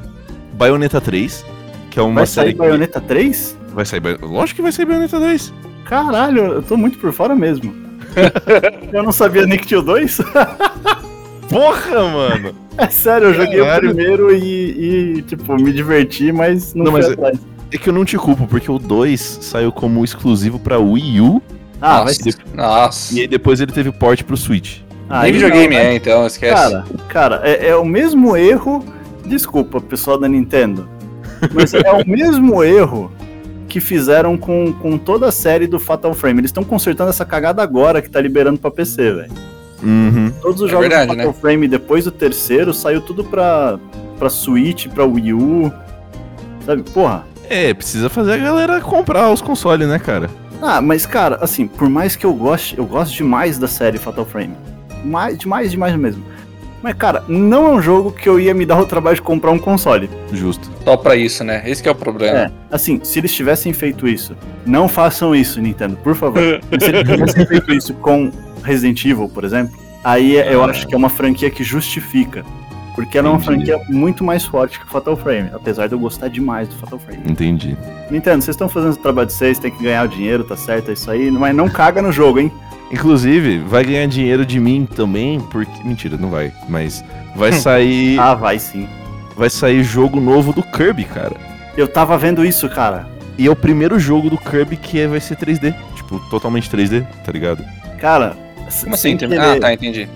S1: Bayonetta 3, que é uma
S3: Vai
S1: série
S3: sair Bayonetta 3?
S1: que... Vai sair Bay- Lógico que vai sair Bayonetta 3.
S3: Caralho, eu tô muito por fora mesmo. eu não sabia nem que tinha o 2?
S1: Porra, mano!
S3: É sério, eu joguei
S1: Caralho.
S3: o primeiro e, e, tipo, me diverti, mas não,
S1: Não,
S3: fui
S1: mas-
S3: atrás.
S1: É que eu não te culpo, porque o 2 saiu como exclusivo pra Wii U,
S3: Ah, vai
S2: nossa,
S3: ser.
S2: nossa.
S1: e aí depois ele teve porte pro Switch.
S2: Nem
S3: Ah, Aí
S2: videogame
S3: não, né?
S2: é, então, esquece.
S3: Cara, cara é, é o mesmo erro. Desculpa, pessoal da Nintendo. Mas é o mesmo erro que fizeram com, com toda a série do Fatal Frame. Eles estão consertando essa cagada agora que tá liberando pra PC, velho.
S1: Uhum.
S3: Todos os
S2: É
S3: jogos
S2: verdade,
S3: do Fatal Frame depois do terceiro saiu tudo pra, pra Switch, pra Wii U. Sabe, porra.
S1: É, precisa fazer a galera comprar os consoles, né, cara?
S3: Ah, mas cara, assim, por mais que eu goste, eu gosto demais da série Fatal Frame. Mais, demais, demais mesmo. Mas, cara, não é um jogo que eu ia me dar o trabalho de comprar um console.
S1: Justo.
S2: Só pra isso, né? Esse que é o problema.
S3: É, assim, se eles tivessem feito isso, não façam isso, Nintendo, por favor. Mas se eles tivessem feito é isso com Resident Evil, por exemplo, aí eu acho que é uma franquia que justifica. Porque ela é uma
S1: Entendi.
S3: franquia muito mais forte que o Fatal Frame, apesar de eu gostar demais do Fatal Frame.
S1: Entendi.
S3: Nintendo, vocês estão fazendo o trabalho de vocês, tem que ganhar o dinheiro, tá certo, é isso aí, mas não caga no jogo, hein?
S1: Inclusive, vai ganhar dinheiro de mim também, porque. Mentira, não vai. Mas vai sair.
S3: Ah, vai sim.
S1: Vai sair jogo novo do Kirby, cara.
S3: Eu tava vendo isso, cara.
S1: E é o primeiro jogo do Kirby que é- vai ser 3D. Tipo, totalmente 3D, tá ligado?
S3: Cara. s-
S2: Como assim?
S3: sem
S2: Tem- Ah,
S3: querer,
S2: tá, entendi.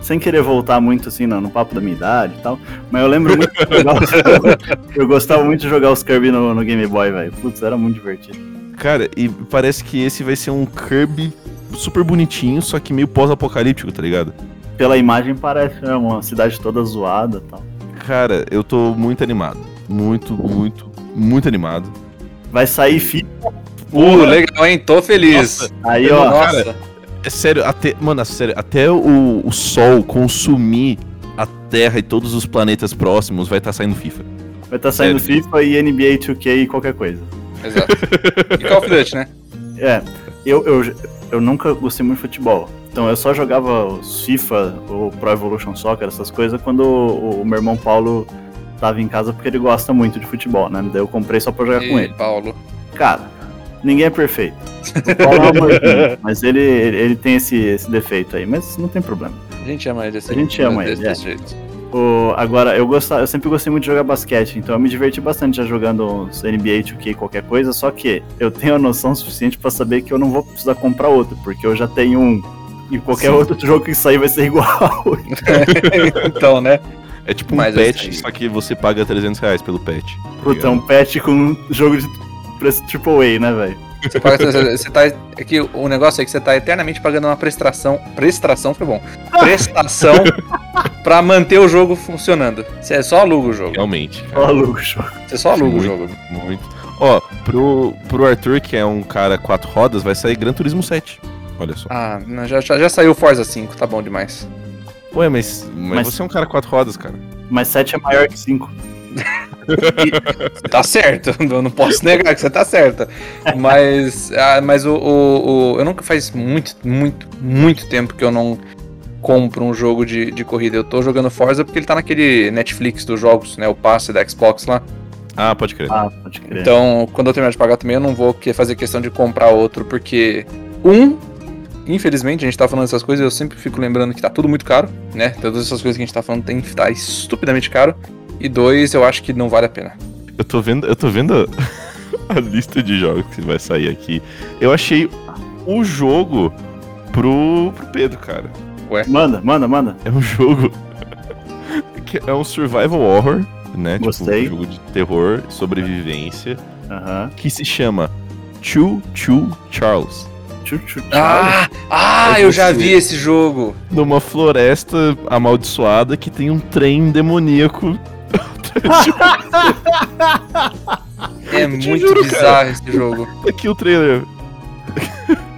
S3: sem querer voltar muito assim no, no papo da minha idade e tal, mas eu lembro muito de jogar os, Eu gostava muito de jogar os Kirby no, no Game Boy, velho. Putz, era muito divertido.
S1: Cara, e parece que esse vai ser um Kirby super bonitinho, só que meio pós-apocalíptico, tá ligado?
S3: Pela imagem parece, né? Uma cidade toda zoada e tal.
S1: Cara, eu tô muito animado. Muito, muito, muito animado.
S3: Vai sair
S2: Uhum.
S3: fita.
S2: Uh, legal, hein? Tô feliz.
S3: Aí, ó.
S2: Nossa.
S1: É sério, até. Mano, é sério, até o, o Sol consumir a Terra e todos os planetas próximos vai estar saindo FIFA.
S3: Vai estar saindo
S1: Sério.
S3: FIFA e NBA 2K e qualquer coisa.
S2: Exato. E Call of Duty, né?
S3: É, eu, eu, eu nunca gostei muito de futebol. Então eu só jogava os FIFA, o Pro Evolution Soccer, essas coisas, quando o, o meu irmão Paulo tava em casa porque ele gosta muito de futebol, né? Daí eu comprei só pra jogar com ele.
S2: E Paulo.
S3: Cara, ninguém é perfeito. O Paulo é um amorzinho, mas ele, ele, ele tem esse, esse defeito aí, mas não tem problema.
S2: A gente ama ele assim.
S3: A gente ama
S2: desse-
S3: ele, é.
S2: desse jeito.
S3: O, agora, eu, gostava, eu sempre gostei muito de jogar basquete, então eu me diverti bastante já jogando uns NBA 2K, qualquer coisa, só que eu tenho a noção suficiente pra saber que eu não vou precisar comprar outro, porque eu já tenho um. E qualquer
S1: Sim.
S3: outro jogo que sair vai ser igual.
S2: então, né?
S1: É tipo um
S2: Mas eu
S1: patch,
S2: sei.
S1: só que você paga 300 reais pelo patch. tá
S3: Puta, um
S1: ligado?
S3: patch com um jogo de preço AAA, né, velho?
S2: Você, paga, você, você tá. É que o negócio é que você tá eternamente pagando uma prestação. Prestação foi bom. Prestação pra manter o jogo funcionando. Você só aluga o jogo.
S1: Realmente.
S2: É.
S1: cara.
S3: Ó, luxo.
S2: Você só aluga o
S1: Muito.
S2: jogo.
S1: Muito. Ó, pro, pro Arthur, que é um cara quatro rodas, vai sair Gran Turismo 7. Olha só.
S2: Ah, não, já, já, já saiu o Forza 5, tá bom demais.
S1: Ué, mas, mas,
S3: Mas-
S1: você é um cara quatro rodas, cara.
S3: Mas 7 é maior que 5.
S2: Você tá certo, eu não posso negar que você tá certa. Mas, ah, mas o, o- o- eu nunca faz muito, muito, muito tempo que eu não compro um jogo de, de corrida. Eu tô jogando Forza porque ele tá naquele Netflix dos jogos, né? O passe da Xbox lá.
S1: Ah, pode crer.
S3: Ah, pode crer.
S2: Então, quando eu terminar de pagar também, eu não vou que- fazer questão de comprar outro, porque um, infelizmente, a gente tá falando essas coisas, eu sempre fico lembrando que tá tudo muito caro, né? Todas essas coisas que a gente tá falando tem tá estupidamente caro. E dois, eu acho que não vale a pena.
S1: Eu tô vendo, eu tô vendo a lista de jogos que vai sair aqui. Eu achei o jogo pro, pro Pedro, cara.
S3: Manda, manda, manda.
S1: É um jogo que é um survival horror, né?
S3: Gostei.
S1: Tipo, um jogo de terror, sobrevivência,
S3: Aham.
S1: que se chama Chu Chu Charles.
S3: Tchu, tchu, tchu.
S2: Ah, ah,
S1: É
S2: eu já
S1: você.
S2: vi esse jogo.
S1: Numa floresta amaldiçoada que tem um trem demoníaco.
S2: É
S1: te
S2: muito
S1: juro,
S2: bizarro esse jogo.
S1: Tá Aqui o trailer.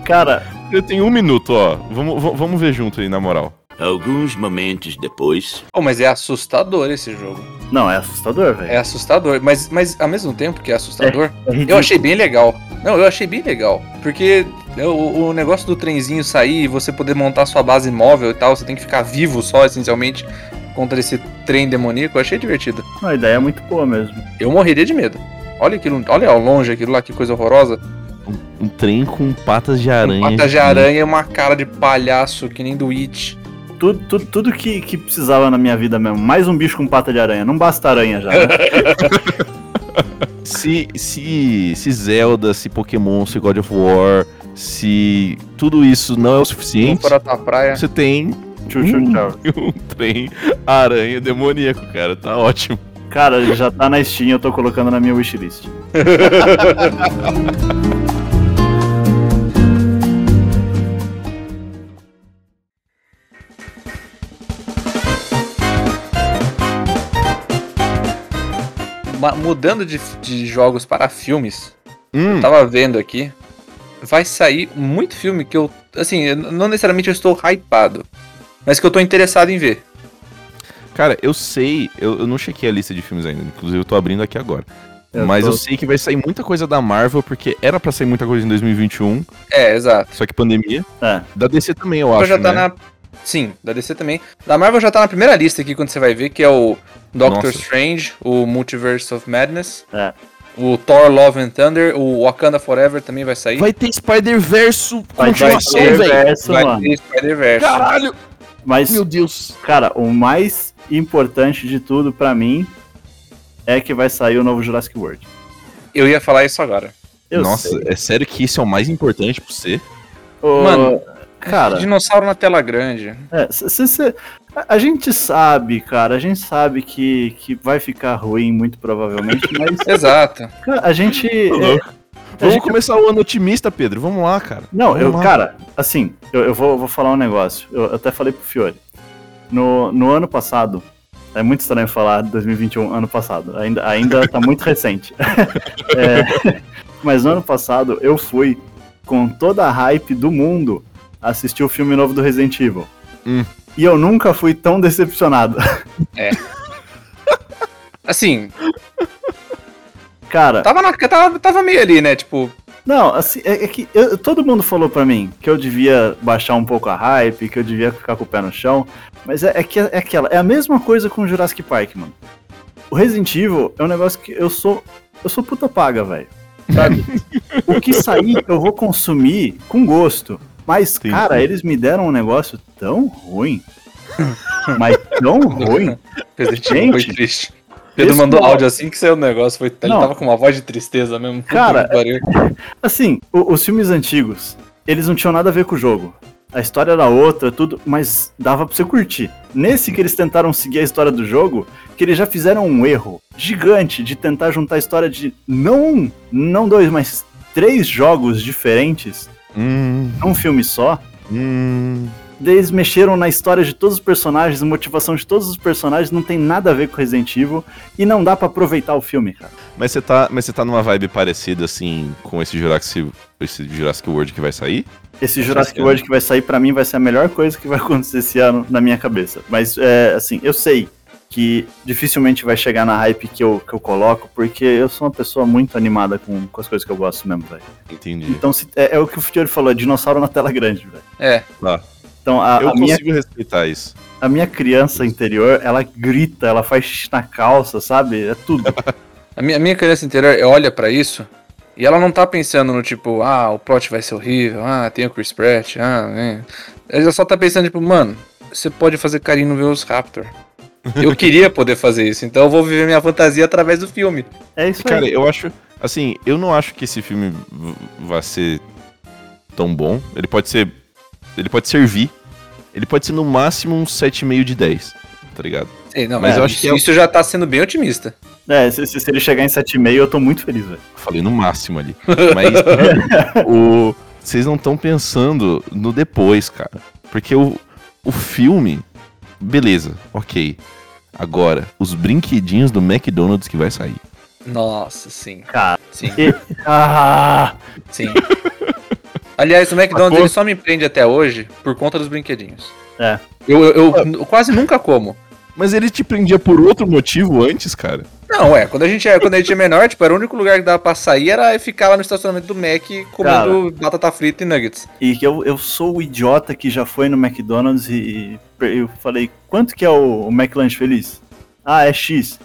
S3: Cara,
S1: Eu tenho um minuto, ó. Vamos va- vamos ver junto aí, na moral.
S4: Alguns momentos depois.
S2: Pô, mas é assustador esse jogo.
S3: não, é assustador, velho.
S2: É assustador, mas, mas ao mesmo tempo que é assustador,
S3: É ridículo.
S2: eu achei bem legal. Não, eu achei bem legal. Porque né, o, o negócio do trenzinho sair e você poder montar sua base móvel e tal, você tem que ficar vivo só, essencialmente, contra esse trem demoníaco, eu achei divertido.
S3: Não, a ideia é muito boa mesmo.
S2: Eu morreria de medo. Olha aquilo, olha ao longe aquilo lá, que coisa horrorosa.
S1: Um trem com patas de aranha.
S2: Um pata de aranha e uma cara de palhaço, que nem do It.
S3: Tudo, tudo, tudo que, que precisava na minha vida mesmo. Mais um bicho com pata de aranha. Não basta aranha já. né?
S1: Se, se, se Zelda, se Pokémon, se God of War, se tudo isso não é o
S2: Vamos
S1: suficiente,
S2: para a praia.
S1: você tem
S3: Tchu, tchu, tchau.
S1: um trem aranha demoníaco, cara. Tá ótimo.
S3: Cara, ele já tá na Steam, eu tô colocando na minha wishlist.
S2: Ma- mudando de, de jogos para filmes,
S1: Hum,
S2: tava vendo aqui, vai sair muito filme que eu, assim, eu n- não necessariamente eu estou hypado, mas que eu tô interessado em ver.
S1: Cara, eu sei, eu, eu não chequei a lista de filmes ainda, inclusive eu tô abrindo aqui agora.
S3: Eu
S1: Mas
S3: tô-
S1: eu sei que vai sair muita coisa da Marvel, porque era pra sair muita coisa em 2021,
S2: É, exato.
S1: só que pandemia.
S3: É.
S1: Da DC também, eu
S2: Então
S1: acho.
S2: já tá
S1: né?
S2: na Sim, da DC também. Da Marvel já tá na primeira lista aqui, quando você vai ver, que é o Doctor
S1: Nossa.
S2: Strange, o Multiverse of Madness.
S3: É.
S2: O Thor Love and Thunder, o Wakanda Forever também vai sair.
S1: Vai ter Spider-Verso
S3: Vai ter
S1: continuação, assim, velho.
S3: Spider-Verse,
S2: Vai
S3: mano.
S2: ter Spider-Verse.
S1: Caralho,
S3: Mas,
S1: meu Deus.
S3: cara, o mais importante de tudo pra mim é que vai sair o novo Jurassic World.
S2: Eu ia falar isso agora.
S3: Eu
S1: Nossa,
S3: sei.
S1: é sério que isso é o mais importante pra você?
S3: Ô,
S2: Mano,
S3: cara,
S2: Dinossauro na tela grande.
S3: É, se- se- se- a- a gente sabe, cara, a gente sabe que, que vai ficar ruim, muito provavelmente, mas
S2: Exato.
S3: cara, a gente.
S1: Ô,
S3: é-
S1: louco. Vamos começar o ano otimista, Pedro. Vamos lá, cara.
S3: não, eu,
S1: Vamos lá.
S3: cara, assim, eu, eu vou, vou falar um negócio. Eu, eu até falei pro Fiore. No, no ano passado, é muito estranho falar 2021, ano passado, ainda, ainda tá muito recente. É, mas no ano passado, eu fui, com toda a hype do mundo, assistir o filme novo do Resident Evil.
S1: Hum.
S3: E eu nunca fui tão decepcionado.
S2: Assim,
S3: Cara,
S2: tava, na, tava, tava meio ali, né? Tipo,
S3: Não, assim, é, é que eu- todo mundo falou pra mim que eu devia baixar um pouco a hype, que eu devia ficar com o pé no chão, mas é, é que é aquela, é a mesma coisa com o Jurassic Park, mano. O Resident Evil é um negócio que eu sou, eu sou puta paga, velho. Sabe? o que sair eu vou consumir com gosto. Mas,
S1: Sim,
S3: cara,
S1: sim.
S3: eles me deram um negócio tão ruim. mas tão ruim.
S2: Resident
S3: Gente,
S2: Evil foi triste. Pedro
S3: esse
S2: mandou
S3: não-
S2: áudio assim que saiu o negócio. Foi, ele
S3: Não.
S2: tava com uma voz de tristeza mesmo. Puta
S3: Cara,
S2: que pariu.
S3: Assim, o- os filmes antigos, eles não tinham nada a ver com o jogo. A história era outra, tudo, mas dava pra você curtir. Nesse que eles tentaram seguir a história do jogo, que eles já fizeram um erro gigante de tentar juntar a história de não um, não dois, mas três jogos diferentes
S1: Hum,
S3: num filme só.
S1: hum.
S3: Daí Eles mexeram na história de todos os personagens, motivação de todos os personagens, não tem nada a ver com Resident Evil e não dá pra aproveitar o filme, cara.
S1: Mas você tá, mas você tá numa vibe parecida assim com esse Jurassic, esse Jurassic World que vai sair?
S3: Esse
S1: Acho
S3: Jurassic
S1: que é.
S3: World que vai sair pra mim vai ser a melhor coisa que vai acontecer esse ano na minha cabeça. Mas, é, assim, eu sei que dificilmente vai chegar na hype que eu, que eu coloco, porque eu sou uma pessoa muito animada com, com as coisas que eu gosto mesmo, velho.
S1: Entendi.
S3: Então, se- é, é o que o Fiore falou, é dinossauro na tela grande, velho.
S2: É,
S1: Tá.
S3: Então, a,
S1: Eu
S3: a minha,
S1: consigo respeitar isso.
S3: a minha criança interior, ela grita, ela faz xixi na calça, sabe? É tudo.
S2: a minha, a minha criança interior olha pra isso e ela não tá pensando no tipo, ah, o plot vai ser horrível, ah, tem o Chris Pratt, ah, né. Ela só tá pensando, tipo, mano, você pode fazer carinho no Velociraptor. Eu queria poder fazer isso, então eu vou viver minha fantasia através do filme.
S3: É isso
S1: Cara,
S3: aí.
S1: eu acho. Assim, eu não acho que esse filme v- vá ser tão bom. Ele pode ser. Ele pode servir. Ele pode ser no máximo um 7,5 de 10. Tá ligado?
S2: Ei, não,
S1: Mas
S2: é,
S1: eu acho
S2: isso,
S1: que é o-
S2: isso já tá sendo bem otimista.
S3: É, se, se se ele chegar em 7,5, eu tô muito feliz, velho.
S1: Falei no máximo ali. Mas o, vocês não estão pensando no depois, cara. Porque o, o filme, beleza, ok. Agora, os brinquedinhos do McDonald's que vai sair.
S2: Nossa, sim,
S3: Cara.
S2: sim.
S3: Ah!
S2: Sim. Aliás, o McDonald's
S3: Sacou?
S2: ele só me prende até hoje por conta dos brinquedinhos.
S3: É.
S2: Eu, eu- eu n- quase nunca como.
S1: Mas ele te prendia por outro motivo antes, cara.
S2: Não, é, quando a gente é, quando a gente é menor, tipo, era o único lugar que dava pra sair era ficar lá no estacionamento do Mac comendo batata frita e nuggets.
S3: E que eu, eu sou o idiota que já foi no McDonald's e, e per- eu falei, quanto que é o, o McLanche feliz? Ah, é X.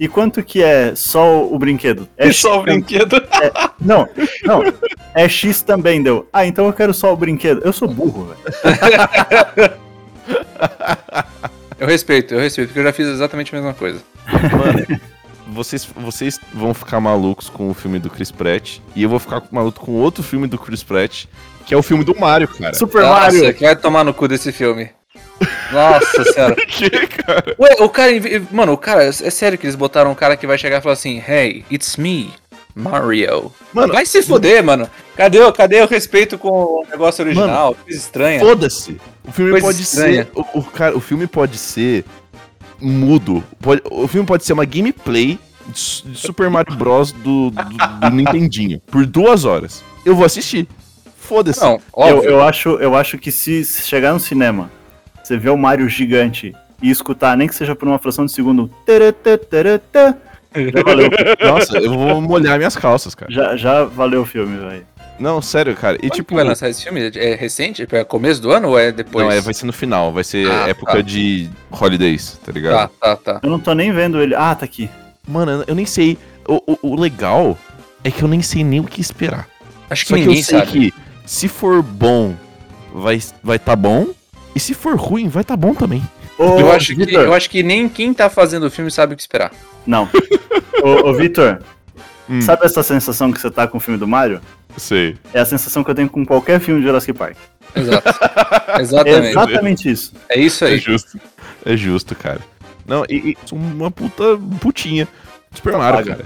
S3: E quanto que é só o brinquedo? É X tam-
S2: brinquedo.
S3: Não, não. É X também, deu. Ah, então eu quero só o brinquedo. Eu sou burro, velho.
S2: Eu respeito, eu respeito, porque eu já fiz exatamente a mesma coisa.
S1: Vocês, vocês vão ficar malucos com o filme do Chris Pratt. E eu vou ficar maluco com outro filme do Chris Pratt, que é o filme do Mario, cara.
S3: Super
S2: Nossa,
S3: Mario.
S2: que vai tomar no cu desse filme. Nossa senhora.
S1: que, cara?
S2: Ué, o cara. em vez- Mano, o cara, é sério que eles botaram um cara que vai chegar e falar assim: Hey, it's me, Mario.
S1: Mano,
S2: vai se foder, mano. Cadê, o- cadê o respeito com o negócio original? Coisa estranha.
S1: Foda-se. O filme
S2: Coisa
S1: pode
S2: estranha.
S1: ser. O, o cara, o filme pode ser mudo. Pode- o filme pode ser uma gameplay de, Su- de Super Mario Bros. Do, do, do Nintendinho por duas horas. Eu vou assistir. Foda-se.
S2: Não,
S3: Eu,
S2: óbvio.
S3: eu acho, eu acho que se se chegar no cinema, você ver o Mario gigante e escutar, nem que seja por uma fração de segundo, um terê, tê, terê, tê, já valeu.
S1: Nossa, eu vou molhar minhas calças, cara.
S3: Já, já valeu o filme, velho.
S1: Não, sério, cara. E
S2: Quando
S1: tipo.
S2: que vai lançar esse filme? É recente? É começo do ano ou é depois?
S1: Não, é, vai ser no final, vai ser
S2: Ah,
S1: época
S2: tá.
S1: de holidays, tá ligado?
S2: Tá, tá, tá.
S3: Eu não tô nem vendo ele. Ah, tá aqui.
S1: Mano, eu nem sei. O, o- o legal é que eu nem sei nem o que esperar.
S2: Acho que
S1: Só que eu
S2: ninguém
S1: sei
S2: sabe.
S1: que se for bom, vai vai tá bom. E se for ruim, vai tá bom também.
S3: Ô,
S2: Eu acho, que,
S3: Vitor.
S2: eu acho que nem quem tá fazendo o filme sabe o que esperar.
S3: Não. ô, ô Vitor,
S1: Hum.
S3: sabe essa sensação que você tá com o filme do Mario?
S1: Sei.
S3: É a sensação que eu tenho com qualquer filme de Jurassic Park.
S2: Exato.
S3: É
S2: Exatamente.
S3: exatamente isso.
S2: É isso
S1: É
S2: aí.
S1: justo. É justo, cara. Não, e, e sou uma puta um putinha. Super Mario,
S3: paga.
S1: cara.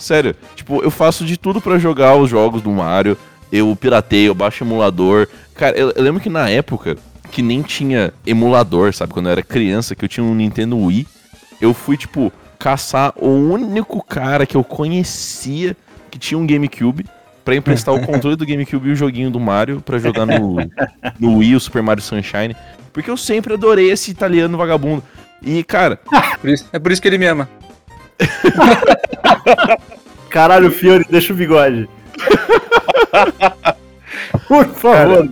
S1: Sério, tipo, eu faço de tudo pra jogar os jogos do Mario. Eu pirateio, eu baixo emulador. Cara, eu, eu lembro que na época que nem tinha emulador, sabe? Quando eu era criança, que eu tinha um Nintendo Wii, eu fui, tipo, caçar o único cara que eu conhecia que tinha um GameCube pra emprestar o controle do GameCube e o joguinho do Mario pra jogar no, no Wii, o Super Mario Sunshine. Porque eu sempre adorei esse italiano vagabundo. E, cara,
S2: Por isso- é por isso que ele me ama.
S3: Caralho, Fiore, deixa o bigode. Por favor.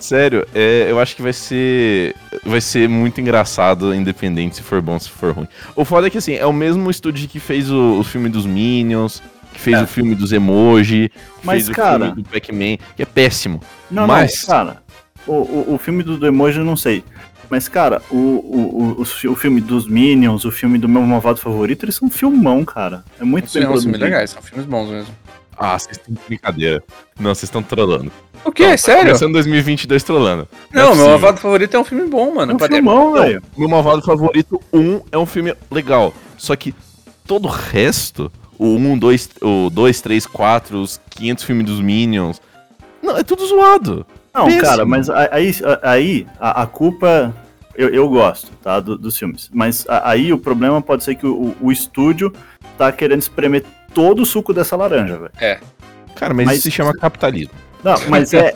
S1: sério, é, eu acho que vai ser. Vai ser muito engraçado, independente se for bom, se for ruim. O foda é que assim, é o mesmo estúdio que fez o, o filme dos Minions, que fez
S3: É.
S1: o filme dos emoji, que
S3: Mas,
S1: fez
S3: cara-
S1: o filme do Pac-Man, que é péssimo.
S3: não,
S1: mas-
S3: não, cara. O, o, o filme do, do Emoji eu não sei. Mas, cara, o, o, o, os fi- o filme dos Minions, o filme do meu malvado favorito, eles são um filmão, cara. É muito
S2: São filmes
S3: produzido.
S2: legais, são filmes bons mesmo.
S1: Ah, vocês estão de brincadeira. Não, vocês estão trollando.
S2: O quê?
S1: Não,
S2: Sério?
S1: Começando 2022 trollando.
S2: Não, meu
S1: possível.
S2: avado favorito é um filme bom,
S3: É
S2: mano.
S3: um
S2: Cadê?
S3: filmão, velho.
S1: Meu Malvado Favorito 1 é um filme legal. Só que todo o resto, o 1, 2, o 2, 3, 4, os 500 filmes dos Minions, não, é tudo zoado.
S3: Não,
S1: Péssimo.
S3: cara, mas a- aí, a- aí a, a culpa. Eu, eu gosto, tá? do- dos filmes. Mas a- aí o problema pode ser que o, o estúdio tá querendo espremer todo o suco dessa laranja, velho.
S2: é,
S1: Cara, mas,
S3: Mas-
S1: isso se chama capitalismo.
S3: Não, mas é,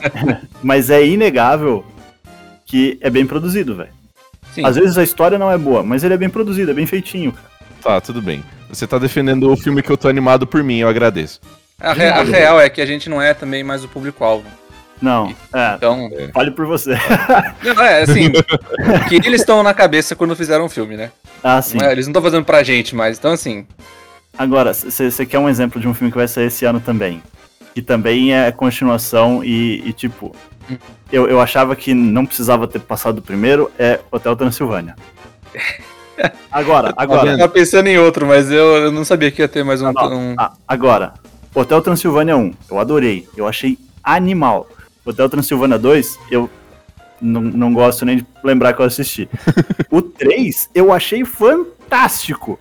S3: mas é inegável que é bem produzido, velho.
S2: Sim.
S3: Às vezes a história não é boa, mas ele é bem produzido, é bem feitinho. cara.
S1: Tá, tudo bem. Você tá defendendo o filme que eu tô animado por mim, eu agradeço.
S2: A,
S3: um
S2: re- a real é que a gente não é também mais o público-alvo.
S3: Não, é,
S2: Então.
S3: fale por você.
S2: Não, é assim. o que eles estão na cabeça quando fizeram o filme, né?
S3: Ah, sim.
S2: Não é- eles não estão fazendo pra gente, mas então assim.
S3: Agora, você quer um exemplo de um filme que vai sair esse ano também? Que também é continuação e, e, tipo.
S2: Hum.
S3: Eu, eu achava que não precisava ter passado o primeiro, é Hotel Transilvânia. Agora, agora,
S2: Eu tava pensando em outro, mas eu, eu não sabia que ia ter mais um.
S3: Tá bom.
S2: um-
S3: ah, agora. Hotel Transilvânia 1, eu adorei. Eu achei animal. Hotel Transilvânia 2, eu não, não gosto nem de lembrar que eu assisti. o 3, eu achei fantástico.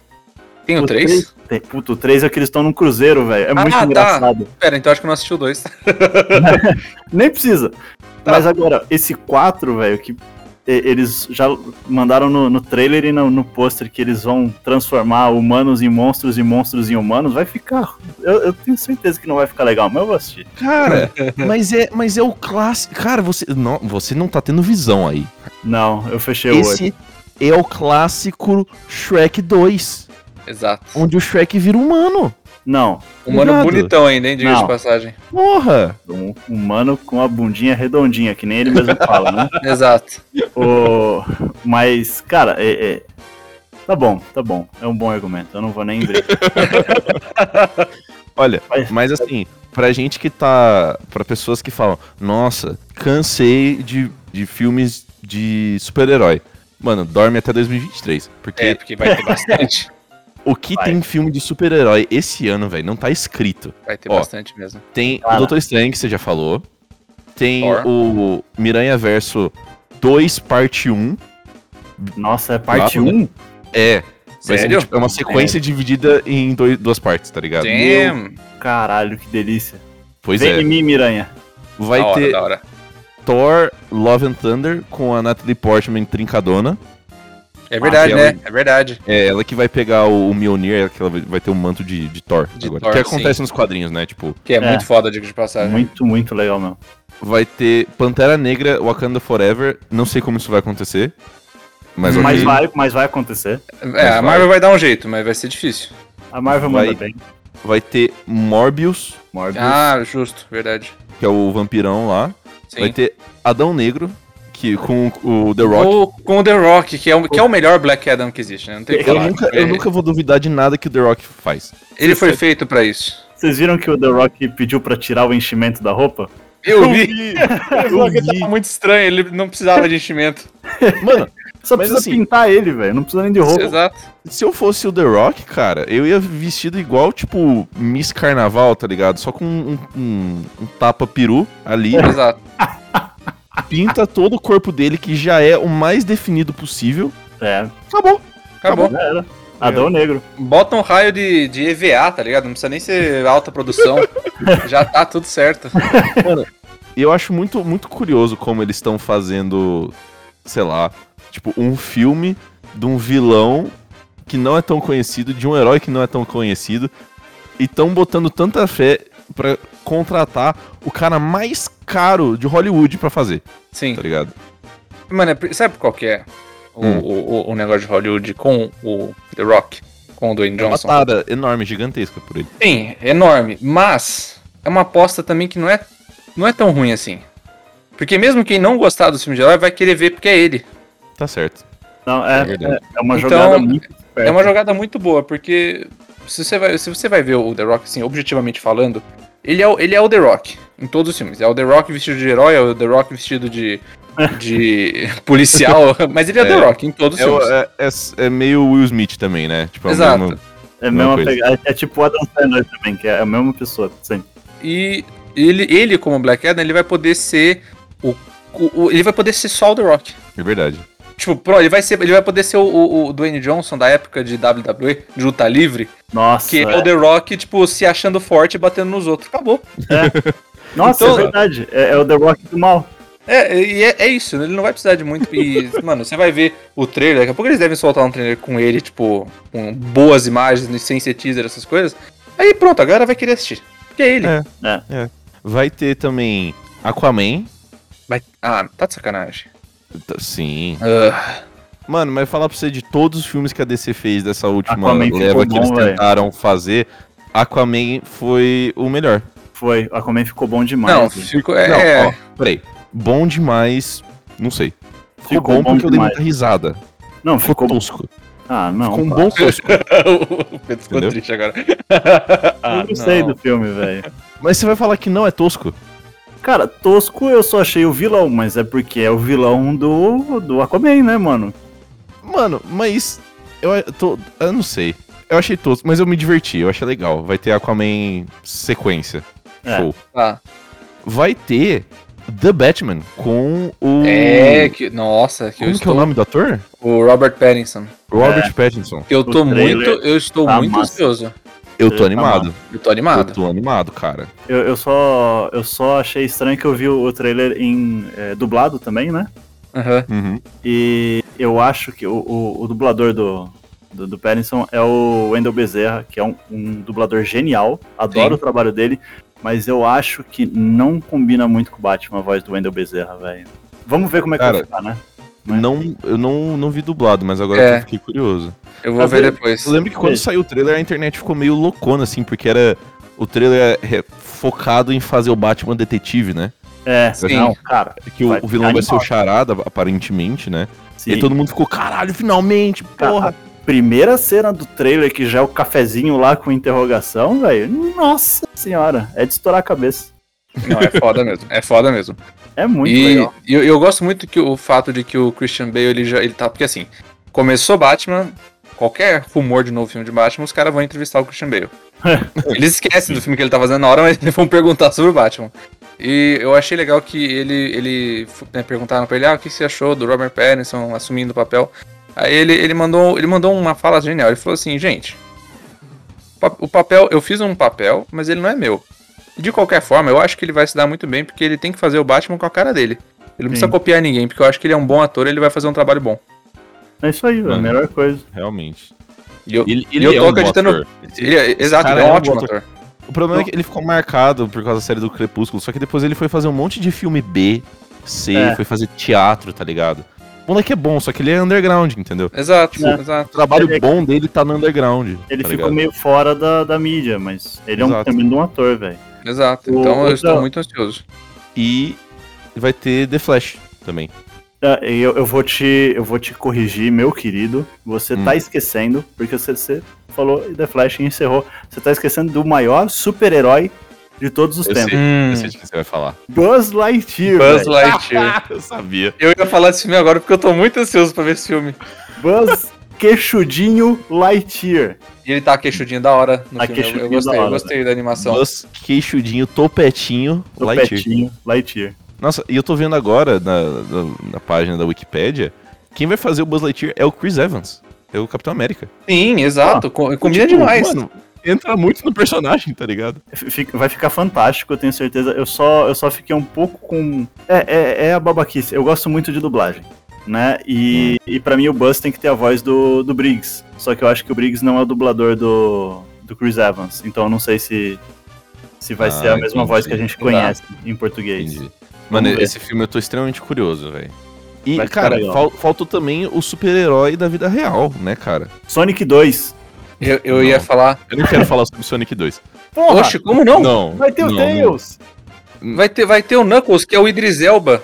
S2: Tem o 3?
S3: Tem- Puta, o 3 é que eles estão num cruzeiro, velho. É
S2: Ah,
S3: muito
S2: tá.
S3: engraçado.
S2: Pera, então acho que eu não assisti o 2.
S3: Nem precisa.
S2: Tá.
S3: Mas agora, esse 4, velho, que e- eles já mandaram no, no trailer e no, no pôster que eles vão transformar humanos em monstros e monstros em humanos, vai ficar. Eu, eu tenho certeza que não vai ficar legal, mas eu vou assistir.
S1: Cara, mas é, mas é o clássico. Cara, você não, você não tá tendo visão aí.
S3: Não, eu fechei o olho.
S1: Esse é o clássico Shrek 2,
S2: Exato. Um
S1: onde o Shrek vira humano.
S3: Não,
S2: Humano
S1: Cuidado.
S2: bonitão ainda, hein? Diga de
S3: Não.
S2: passagem.
S1: Porra!
S3: um humano com a bundinha redondinha, que nem ele mesmo fala, né?
S2: Exato.
S3: O... Mas, cara, é, é- tá bom, tá bom. É um bom argumento, eu não vou nem ver.
S1: Olha,
S3: Mas-
S1: mas assim, pra gente que tá. Pra pessoas que falam, nossa, cansei de, de filmes de super-herói. Mano, dorme até 2023. Porque
S2: É, porque vai ter bastante.
S1: o que
S3: vai.
S1: tem filme de super-herói esse ano, velho, não tá escrito.
S2: Vai ter
S1: Ó.
S2: bastante mesmo.
S1: Tem
S3: Cara.
S1: o Doutor Estranho, que você já falou. Tem
S2: Thor.
S1: o Miranha Verso 2, parte 1.
S3: Nossa, é parte
S1: Bravo,
S3: 1?
S1: É, vai ser,
S2: Sério?
S1: tipo, é uma sequência dividida em dois- duas partes, tá ligado?
S2: Damn.
S3: Caralho, que delícia.
S1: Pois
S3: Vem
S1: é.
S3: em mim, Miranha.
S1: Vai
S2: da hora,
S1: ter
S2: da hora.
S1: Thor Love and Thunder com a Natalie Portman trincadona.
S2: É verdade,
S1: Aquela-
S2: né? É verdade.
S1: É, ela que vai pegar o, o Mjolnir, é ela que ela vai- vai ter o manto de, de Thor
S2: De
S1: agora.
S2: Thor,
S1: que acontece nos quadrinhos, né? Tipo,
S2: Que é, muito foda, diga de passagem.
S3: Muito, muito legal mesmo.
S1: vai ter Pantera Negra, Wakanda Forever. Não sei como isso vai acontecer. Mas, ok.
S3: Mas vai, mas vai acontecer.
S2: É, a Marvel vai dar um jeito, mas vai ser difícil.
S3: A Marvel
S1: Vai-
S3: manda bem.
S1: vai ter Morbius,
S3: Morbius.
S2: Ah, justo, verdade.
S1: que é o vampirão lá.
S2: Sim.
S1: Vai ter Adão Negro, que com o The Rock.
S2: Ou com o The Rock, que é o, que é o melhor Black Adam que existe, né? Não tem o que
S1: Eu,
S2: falar.
S1: nunca, eu
S2: É,
S1: nunca vou duvidar de nada que o The Rock faz.
S2: Ele foi feito pra isso.
S3: Vocês viram que o The Rock pediu pra tirar o enchimento da roupa?
S2: Eu vi.
S3: Eu
S2: Ele
S3: vi.
S2: tava muito estranho, ele não precisava de enchimento.
S1: Mano,
S3: Só
S1: Mas
S3: precisa
S1: assim-
S3: pintar ele, velho. Não precisa nem de roupa.
S2: Exato.
S1: se eu fosse o The Rock, cara, eu ia vestido igual, tipo, Miss Carnaval, tá ligado? Só com um, um- um tapa-peru ali,
S2: Exato.
S1: pinta todo o corpo dele, que já é o mais definido possível.
S3: É,
S1: Acabou.
S2: Acabou.
S3: já era. Adão
S1: É.
S3: Negro.
S2: Bota um raio de, de EVA, tá ligado? Não precisa nem ser alta produção. Já tá tudo certo.
S1: E eu acho muito, muito curioso como eles estão fazendo, sei lá, tipo, um filme de um vilão que não é tão conhecido, de um herói que não é tão conhecido, e estão botando tanta fé pra contratar o cara mais caro de Hollywood pra fazer,
S2: Sim.
S1: tá ligado?
S2: Mano, é- sabe qual que é o,
S1: Hum.
S2: o, o- o negócio de Hollywood com o The Rock? Com o Dwayne
S1: É
S3: Então,
S1: Uma
S2: Johnson?
S1: batada enorme, gigantesca por ele.
S2: Sim, enorme. Mas é uma aposta também que não é, não é tão ruim assim. Porque mesmo quem não gostar do filme de herói vai querer ver porque é ele.
S1: Tá certo.
S3: Não, é,
S1: É verdade.
S3: é- é uma
S2: Então,
S3: jogada muito
S2: É,
S3: esperta.
S2: uma jogada muito boa, porque se você vai, se você vai ver o The Rock, assim, objetivamente falando, ele é, o- ele é o The Rock em todos os filmes. É o The Rock vestido de herói, é o The Rock vestido de, de policial, mas ele é, o The
S1: É.
S2: Rock em todos os
S1: É, o-
S2: filmes.
S1: é- é- é meio Will Smith também, né? Tipo, é o
S2: Exato.
S1: mesmo-
S3: É, a mesma
S1: coisa.
S3: pegada. É tipo o Adam Sandler também, que é a mesma pessoa. Sim.
S2: E ele, ele como Black Adam, ele vai poder ser o, o- o- ele vai poder ser só o The Rock.
S1: é verdade.
S2: Tipo, pro, ele vai ser, ele vai poder ser o, o, o Dwayne Johnson da época de WWE, de luta livre,
S3: Nossa.
S2: que é
S3: é.
S2: o The Rock, tipo, se achando forte e batendo nos outros. Acabou.
S3: Nossa,
S2: Então-
S3: é verdade. É, é o The Rock do mal.
S2: É, e é, é isso, ele não vai precisar de muito. E, mano, você vai ver o trailer, daqui a pouco eles devem soltar um trailer com ele, tipo, com boas imagens, sem ser teaser, essas coisas. Aí pronto, a galera vai querer assistir. Porque é ele.
S1: É. Vai ter também Aquaman.
S2: Vai- Ah, tá de sacanagem.
S1: T- Sim.
S2: Ah,
S1: Mano, mas falar pra você de todos os filmes que a DC fez dessa última
S3: Aquaman ficou
S1: leva que
S3: bom,
S1: eles
S3: velho.
S1: tentaram fazer, Aquaman foi o melhor.
S3: Foi. A Aquaman ficou bom demais.
S2: não,
S3: velho.
S2: fico. É,
S1: Não, ó, peraí. Bom demais, não sei. Ficou
S3: Ficou
S1: bom,
S3: bom
S1: porque eu dei
S3: demais.
S1: muita risada.
S3: não,
S1: Ficou
S3: ficou bom.
S1: tosco.
S3: Ah, não.
S1: Ficou um
S3: pá.
S1: bom tosco.
S2: o Pedro ficou
S1: Entendeu?
S2: triste agora.
S3: Eu
S2: Ah,
S3: não gostei
S2: não.
S3: do filme, velho.
S1: Mas você vai falar que não é tosco?
S3: Cara, tosco eu só achei o vilão, mas é porque é o vilão do, do Aquaman, né, mano?
S1: Mano, mas. Eu, a- tô, eu não sei. Eu achei tosco, mas eu me diverti, eu achei legal. Vai ter Aquaman sequência.
S3: É.
S1: Show.
S2: Tá.
S1: Vai ter The Batman com o.
S2: É, que. Nossa, que eu
S1: Hum. Como que é
S2: estou.
S1: o nome do ator?
S2: o Robert Pattinson.
S1: Robert Pattinson.
S2: Eu tô
S3: trailer
S2: muito. Eu estou
S3: tá
S2: muito
S3: massa.
S2: ansioso.
S1: Eu tô
S3: Tá
S1: animado.
S2: Eu tô
S1: Eu
S2: animado.
S1: tô animado, cara.
S3: Eu, eu só, eu só achei estranho que eu vi o, o trailer em é, dublado também, né?
S2: Aham.
S1: Uhum.
S3: E eu acho que o, o- o dublador do, do, do Pattinson é o Wendell Bezerra, que é um, um dublador genial. Adoro
S2: Sim.
S3: o trabalho dele, mas eu acho que não combina muito com o Batman a voz do Wendell Bezerra, velho. Vamos ver como é que
S1: Cara,
S3: vai ficar, né? Mas-
S1: Não, eu não, não vi dublado, mas agora
S2: É.
S1: eu fiquei curioso.
S2: Eu vou
S3: Mas
S2: ver
S3: eu-
S2: depois.
S1: Eu lembro que quando
S3: Veja.
S1: saiu o trailer, a internet ficou meio loucona, assim, porque era. O trailer é é focado em fazer o Batman detetive, né?
S3: É,
S2: Sim.
S3: não, cara.
S1: Que o,
S3: Vai
S1: o vilão vai
S3: ficar
S1: ser o Charada, aparentemente, né?
S3: Sim.
S1: E aí todo mundo ficou, caralho, finalmente,
S3: Cara,
S1: porra.
S3: a primeira cena do trailer, que já é o cafezinho lá com interrogação, velho. Nossa senhora, é de estourar a cabeça.
S2: Não, é foda mesmo. É foda mesmo.
S3: É muito
S2: e
S3: legal.
S2: e eu, eu gosto muito que o fato de que o Christian Bale ele já ele tá porque assim começou Batman qualquer rumor de novo filme de Batman os caras vão entrevistar o Christian Bale
S3: É.
S2: eles esquecem do filme que ele tá fazendo na hora mas eles vão perguntar sobre o Batman e eu achei legal que ele ele né, perguntaram pra ele ah, o que você achou do Robert Pattinson assumindo o papel aí ele, ele mandou ele mandou uma fala genial ele falou assim gente pa- o papel eu fiz um papel mas ele não é meu de qualquer forma, eu acho que ele vai se dar muito bem, porque ele tem que fazer o Batman com a cara dele. Ele não precisa
S3: Sim.
S2: copiar ninguém, porque eu acho que ele é um bom ator ele vai fazer um trabalho bom.
S3: É isso aí, velho.
S1: Mano.
S3: A melhor coisa.
S1: Realmente.
S2: E eu,
S1: Ele,
S2: eu tô
S1: bom
S2: acreditando-
S1: ator.
S2: ele é- exato,
S1: cara
S2: ele é um
S1: é um
S2: ótimo
S1: bom
S2: ator.
S1: O problema é que ele ficou marcado por causa da série do Crepúsculo, só que depois ele foi fazer um monte de filme B, C,
S3: É.
S1: foi fazer teatro, tá ligado? O moleque é bom, só que ele é underground, entendeu?
S2: Exato,
S3: É.
S1: O
S2: exato.
S1: trabalho
S3: Ele é-
S1: bom dele tá no underground.
S3: Ele
S1: tá
S3: ficou
S1: ligado?
S3: meio fora da, da mídia, mas ele é um
S1: Exato.
S3: tremendo um ator, velho.
S2: Exato.
S3: O-
S2: Então eu
S3: outra-
S2: estou muito ansioso.
S1: E vai ter The Flash também.
S3: Ah, e Eu, eu, vou te, eu vou te corrigir, meu querido. Você
S1: Hum.
S3: tá esquecendo, porque você, você falou e The Flash encerrou. Você tá esquecendo do maior super-herói de todos os
S1: Eu
S3: tempos.
S1: sei,
S2: Hum.
S1: eu
S3: tipo
S1: sei de quem você vai falar.
S3: Buzz Lightyear.
S2: Buzz
S3: Buzz,
S2: Lightyear.
S1: eu sabia.
S2: Eu ia falar desse filme agora porque eu tô muito ansioso pra ver esse filme.
S3: Buzz queixudinho Lightyear.
S2: E ele tá queixudinho da hora no
S3: Tá
S2: filme. Eu- Eu,
S3: queixudinho da
S2: gostei, eu
S3: hora, né?
S2: gostei da animação.
S1: Buzz, queixudinho, topetinho,
S3: Do
S1: Lightyear.
S3: petinho, Lightyear.
S1: Nossa, e eu tô vendo agora na, na, na página da Wikipédia, quem vai fazer o Buzz Lightyear é o Chris Evans. É o Capitão América.
S2: Sim, exato. Com- Combina
S1: Tipo,
S2: demais.
S1: Mano, entra muito no personagem, tá ligado?
S3: F- fica- Vai ficar fantástico, eu tenho certeza. Eu só, eu só fiquei um pouco com. É, é, é a babaquice. Eu gosto muito de dublagem. Né? E,
S1: Hum.
S3: e para mim o Buzz tem que ter a voz do, do Briggs. Só que eu acho que o Briggs não é o dublador do, do Chris Evans. Então eu não sei se, se vai
S1: Ah,
S3: ser a mesma
S1: entendi.
S3: voz que a gente
S2: Tá.
S3: conhece em português.
S1: Entendi. Mano,
S3: ver.
S1: esse filme eu tô extremamente curioso, velho. E,
S3: Vai ficar
S1: cara,
S3: legal.
S1: fal- faltou também o super-herói da vida real, né, cara?
S3: Sonic 2.
S2: Eu, eu ia
S1: Não.
S2: falar.
S1: Eu não quero falar sobre Sonic 2.
S5: Porra,
S2: Oxe, como não?
S1: não
S5: vai ter o
S1: não,
S5: Tails.
S2: Vai, ter, vai ter o Knuckles, que é o Idris Elba.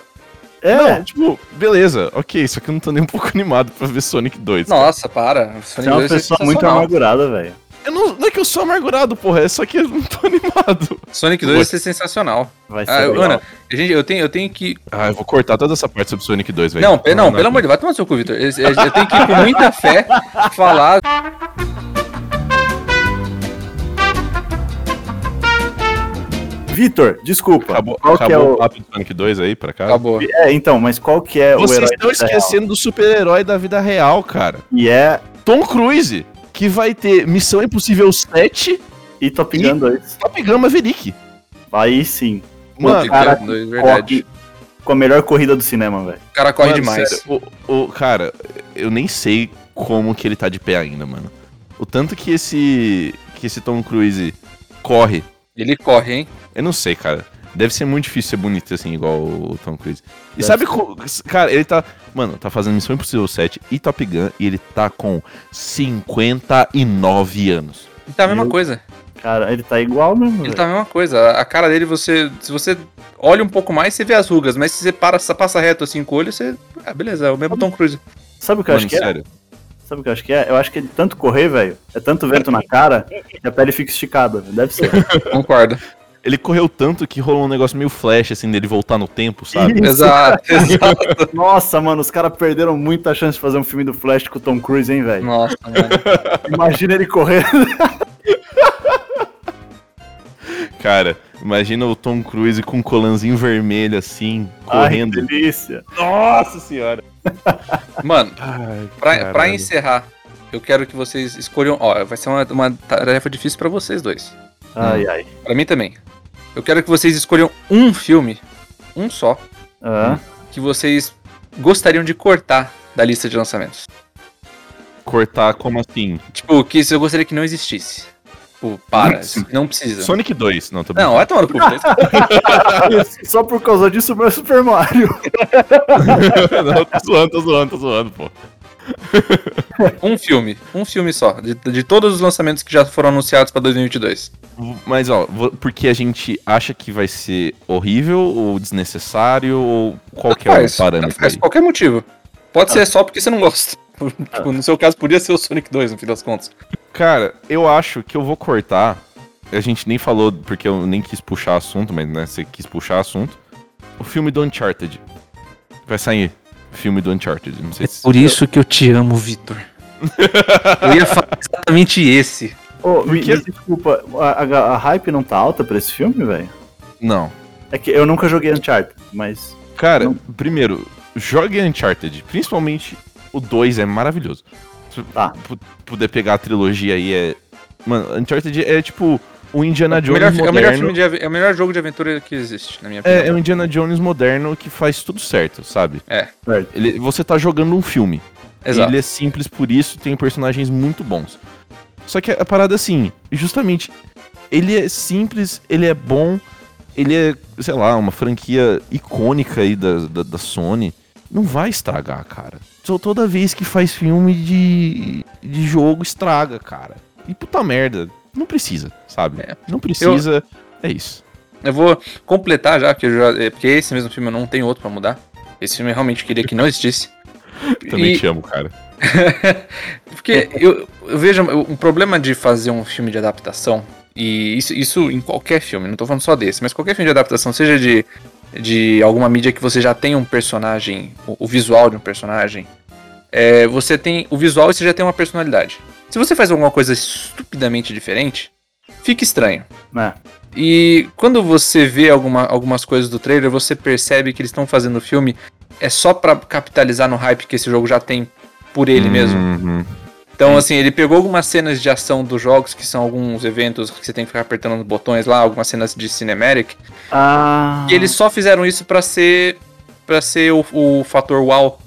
S3: É,
S1: Não, tipo, beleza, ok, só que eu não tô nem um pouco animado pra ver Sonic 2. cara.
S2: Nossa, para. O
S3: você
S2: Sonic
S3: é uma
S2: 2 é
S3: pessoa muito
S2: sensacional.
S3: amargurada, velho.
S1: Eu não, não é que eu sou amargurado, porra, é só que eu não tô animado.
S2: Sonic 2 vai ser sensacional.
S3: Vai ser.
S2: Ah, eu-
S3: legal.
S2: Ana, gente, eu tenho, eu tenho que.
S1: Ah, eu vou cortar toda essa parte sobre Sonic 2, velho.
S2: Não, pe- não, pelo amor de Deus, vai tomar no seu cu, Vitor. Eu, eu- eu tenho que ir com muita fé falar.
S3: Vitor, desculpa.
S1: Acabou,
S3: Qual que é
S1: acabou o
S3: o.
S1: papo do Sonic 2 aí, pra cá?
S2: Acabou.
S3: É, então, mas qual que é o
S1: Vocês
S3: herói
S1: estão
S3: da vida real?
S1: esquecendo do super-herói da vida real, cara.
S3: E é
S1: Tom Cruise, que vai ter Missão Impossível 7
S3: e Top Gun 2.
S1: Top Gun Maverick.
S3: Aí sim.
S1: Mano,
S2: Puta,
S3: cara,
S2: que- verdade.
S3: Corre Com a melhor corrida do cinema, velho.
S2: O cara corre
S1: mano,
S2: demais.
S1: sério, o, o- cara, eu nem sei como que ele tá de pé ainda, mano. O tanto que esse que esse Tom Cruise corre,
S2: Ele corre, hein?
S1: eu não sei, cara. Deve ser muito difícil ser bonito assim, igual o Tom Cruise. E
S3: Deve
S1: sabe como. Cara, ele tá. Mano, tá fazendo Missão Impossível 7 e Top Gun e ele tá com 59 anos.
S2: Ele tá a mesma
S3: Eu-
S2: coisa.
S3: Cara, ele tá igual mesmo,
S2: Ele
S3: velho.
S2: tá a mesma coisa. A- A cara dele, você. Se você olha um pouco mais, você vê as rugas. Mas se você para, se passa reto assim com o olho, você. Ah, beleza, é o mesmo Tom Cruise.
S3: Sabe o que eu
S1: Mano,
S3: acho que é?
S1: sério.
S3: Sabe o que eu acho que é? Eu acho que é de tanto correr, velho. É tanto vento na cara que a pele fica esticada. velho. Deve ser.
S2: Concordo.
S1: Ele correu tanto que rolou um negócio meio flash, assim, dele voltar no tempo, sabe?
S3: Isso.
S2: Exato, exato.
S3: Nossa, mano, os caras perderam muita chance de fazer um filme do Flash com o Tom Cruise, hein, velho?
S2: Nossa, mano.
S3: Imagina ele correr.
S1: Cara, imagina o Tom Cruise com um colanzinho vermelho, assim,
S3: Ai,
S1: correndo.
S3: que delícia.
S1: Nossa senhora!
S2: Mano,
S1: Ai,
S2: pra, pra
S1: caralho.
S2: encerrar, eu quero que vocês escolham. Ó, vai ser uma, uma tarefa difícil pra vocês dois.
S1: Hum.
S3: Ai, ai.
S2: Pra mim também. Eu quero que vocês escolham um filme, um só,
S3: Ah,
S2: que vocês gostariam de cortar da lista de lançamentos.
S1: Cortar como assim?
S2: Tipo, que isso eu gostaria que não existisse. Tipo, para, isso não precisa.
S1: Sonic 2. é. Não, tô
S2: Não, vai tomar no cu.
S3: Só por causa disso, meu Super Mario.
S1: brincando. não, tô zoando, tô zoando, tô zoando, pô.
S2: Um filme, um filme só, de, de todos os lançamentos que já foram anunciados pra 2022.
S1: Mas, ó, vo- porque a gente acha que vai ser horrível ou desnecessário ou qual que é o
S2: Faz,
S1: parâmetro
S2: faz
S1: aí?
S2: qualquer motivo.
S1: Ah.
S2: Pode ser só porque você não gosta. Tipo, no seu caso, podia ser o Sonic 2, no fim das contas.
S1: Cara, eu acho que eu vou cortar. A gente nem falou, porque eu nem quis puxar assunto, mas né, você quis puxar assunto. O filme do Uncharted. Vai sair. Filme do Uncharted. Não sei se.
S2: isso que eu te amo, Vitor. eu ia falar exatamente esse.
S3: Ô, me,
S1: quê?
S3: me desculpa, a, a- a hype não tá alta pra esse filme, velho?
S1: Não.
S3: É que eu nunca joguei Uncharted, mas.
S1: Cara,
S3: Não.
S1: primeiro, jogue Uncharted. Principalmente o 2 é maravilhoso. Se
S3: Tá.
S1: pu- puder pegar a trilogia aí é. Mano, Uncharted é tipo o Indiana
S2: É o
S1: Jones.
S2: melhor, é o melhor
S1: moderno.
S2: filme de ave- é o melhor jogo de aventura que existe, na minha opinião. É,
S1: É, é um Indiana Jones moderno que faz tudo certo, sabe?
S3: Certo.
S1: Ele, você tá jogando um filme.
S2: Exato.
S1: Ele é simples por isso, tem personagens muito bons. Só que a parada é assim, justamente, ele é simples, ele é bom, ele é, sei lá, uma franquia icônica aí da, da, da Sony. não vai estragar, cara. Só toda vez que faz filme de, de jogo, estraga, cara. E puta merda, não precisa, sabe?
S2: É.
S1: Não precisa. É isso.
S2: Eu vou completar já, porque, eu já- é, porque esse mesmo filme eu não tenho outro pra mudar. Esse filme eu realmente queria que não existisse.
S1: Também
S2: E-
S1: te amo, cara.
S2: Porque eu, eu vejo um problema de fazer um filme de adaptação, e isso, isso em qualquer filme, não tô falando só desse, mas qualquer filme de adaptação, seja de, de alguma mídia que você já tem um personagem, o, o visual de um personagem, é, você tem o visual e você já tem uma personalidade. Se você faz alguma coisa estupidamente diferente, fica estranho.
S3: né?
S2: E quando você vê alguma, algumas coisas do trailer, você percebe que eles estão fazendo o filme é só pra capitalizar no hype que esse jogo já tem por ele mesmo.
S1: Uhum.
S2: Então, assim, ele pegou algumas cenas de ação dos jogos, que são alguns eventos que você tem que ficar apertando os botões lá, algumas cenas de cinematic,
S3: Ah,
S2: e eles só fizeram isso pra ser para ser o, o fator wow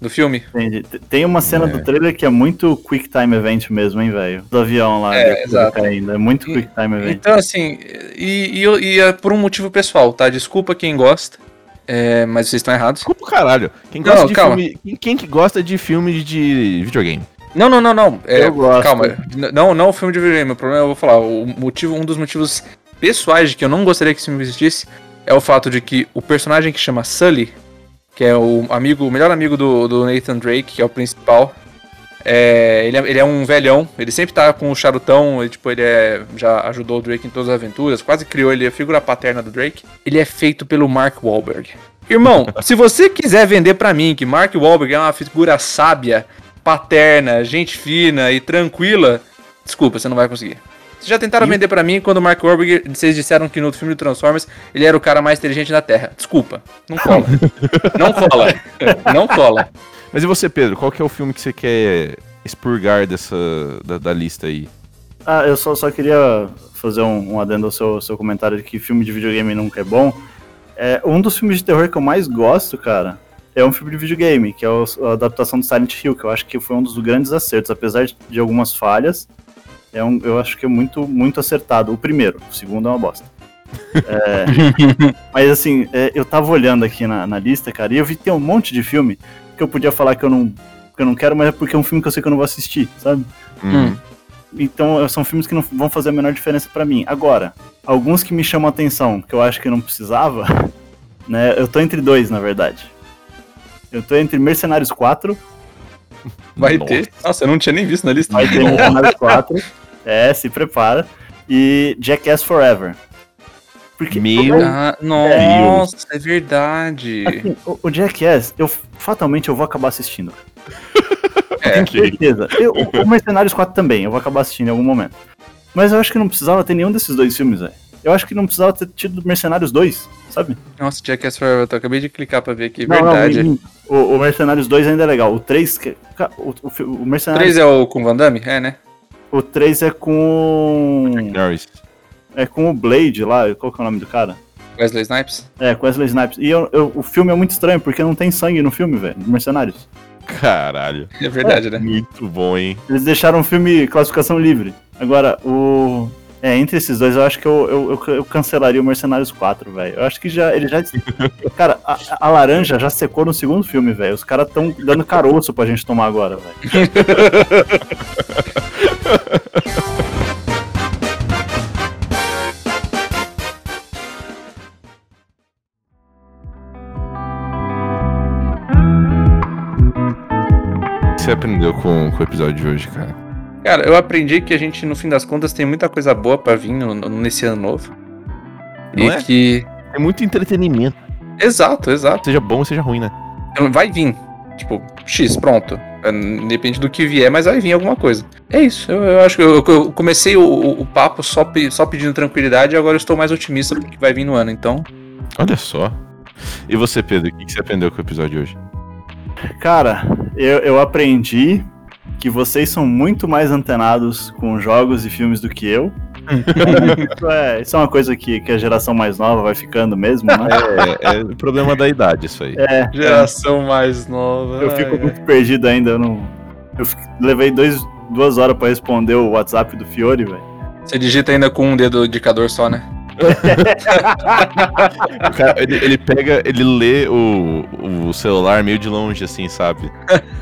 S2: do filme.
S3: entendi. T- Tem uma cena
S1: É.
S3: do trailer que é muito Quick Time Event mesmo, hein, velho? Do avião lá,
S2: É,
S3: da coisa
S2: exato.
S3: caindo. É muito
S2: E-
S3: Quick Time Event.
S2: Então, assim, e, e eu- e é por um motivo pessoal, tá? Desculpa quem gosta, é, mas vocês estão errados.
S1: Desculpa o caralho. Quem
S2: Não,
S1: gosta de
S2: calma.
S1: filme. Quem, quem que gosta de filme de videogame?
S2: Não, não, não, não. É,
S3: Eu gosto.
S2: Calma, n- não, não o filme de videogame. O problema é, eu vou falar. O motivo, um dos motivos pessoais de que eu não gostaria que esse filme existisse é o fato de que o personagem que chama Sully, que é o amigo, o melhor amigo do, do Nathan Drake, que é o principal, é, ele, é, ele é um velhão. Ele sempre tá com o charutão. Ele, tipo, ele é, já ajudou o Drake em todas as aventuras, quase criou ele a figura paterna do Drake. Ele é feito pelo Mark Wahlberg. Irmão, se você quiser vender pra mim que Mark Wahlberg é uma figura sábia, paterna, gente fina e tranquila, desculpa, você não vai conseguir. Vocês já tentaram vender pra mim quando o Mark Wahlberg, vocês disseram que no outro filme do Transformers ele era o cara mais inteligente da Terra. Desculpa, não cola. não cola. Não cola.
S1: Mas e você, Pedro? Qual que é o filme que você quer expurgar dessa, da, da lista aí?
S3: Ah, eu só, só queria fazer um, um adendo ao seu, seu comentário de que filme de videogame nunca é bom. É, um dos filmes de terror que eu mais gosto, cara, é um filme de videogame, que é o- a adaptação do Silent Hill, que eu acho que foi um dos grandes acertos, apesar de, de algumas falhas. É um, eu acho que é muito, muito acertado. O primeiro, o segundo é uma bosta. É, mas assim, é, eu tava olhando aqui na, na lista, cara, e eu vi que tem um monte de filme que eu podia falar que eu não, que eu não quero, mas é porque é um filme que eu sei que eu não vou assistir, sabe?
S2: Hum.
S3: Então eh, são filmes que não vão fazer a menor diferença pra mim. Agora, alguns que me chamam a atenção, que eu acho que não precisava, né? Eu tô entre dois, na verdade. Eu tô entre Mercenários 4,
S2: Vai
S1: Nossa.
S2: ter. Nossa, eu não tinha nem visto na lista.
S3: vai ter Mercenários 4. É, se prepara. E Jackass Forever. Porque
S1: Meu
S2: Ah, nossa, é verdade.
S3: assim, o, o Jackass, eu fatalmente eu vou acabar assistindo.
S2: É.
S3: Certeza. Eu, o o Mercenários 4 também, eu vou acabar assistindo em algum momento. Mas eu acho que não precisava ter nenhum desses dois filmes, velho. Eu acho que não precisava ter tido Mercenários 2, sabe?
S2: Nossa, Jackass Forever, eu acabei de clicar pra ver aqui.
S3: Não, não,
S2: É verdade.
S3: o- o, o Mercenários 2 ainda é legal. O 3. que- ca- O, o, fi- o Mercenários.
S2: 3 é o com Van Damme? É, né?
S3: O 3 é com.
S1: Norris.
S3: É com o Blade lá. Qual que é o nome do cara?
S2: Wesley Snipes?
S3: É, com Wesley Snipes. E eu- eu- o filme é muito estranho, porque não tem sangue no filme, velho. do Mercenários.
S1: Caralho.
S2: É verdade, né?
S1: Muito bom, hein?
S3: Eles deixaram o filme classificação livre. Agora, o. É, entre esses dois, eu acho que eu, eu, eu ca- eu cancelaria o Mercenários 4, velho. Eu acho que já. Ele já. cara, a, a laranja já secou no segundo filme, velho. Os caras estão dando caroço pra gente tomar agora, velho.
S1: O que você aprendeu com, com o episódio de hoje, cara?
S2: Cara, eu aprendi que a gente, no fim das contas, tem muita coisa boa pra vir no- no- nesse ano novo.
S1: Não
S2: e
S1: é?
S2: que.
S1: É muito entretenimento.
S2: Exato, exato.
S1: Seja bom, seja ruim, né?
S2: Então, Vai vir. Tipo, X, pronto. É, Independente do que vier, mas vai vir alguma coisa. É isso. Eu, eu acho que eu, eu comecei o, o- o papo só, pe- só pedindo tranquilidade e agora eu estou mais otimista porque vai vir no ano. Então,
S1: Olha só. E você, Pedro, o que que você aprendeu com o episódio de hoje?
S3: Cara, eu, eu aprendi que vocês são muito mais antenados com jogos e filmes do que eu. isso, é, isso é uma coisa que, que a geração mais nova vai ficando mesmo, né?
S1: É, é problema da idade, isso aí.
S2: É. geração mais nova. né,
S3: Eu fico muito perdido ainda, eu não. Eu fi- levei dois, duas horas pra responder o WhatsApp do Fiore, velho.
S2: Você digita ainda com um dedo indicador só, né?
S1: O cara, ele, ele pega, ele lê o, o celular meio de longe, assim, sabe?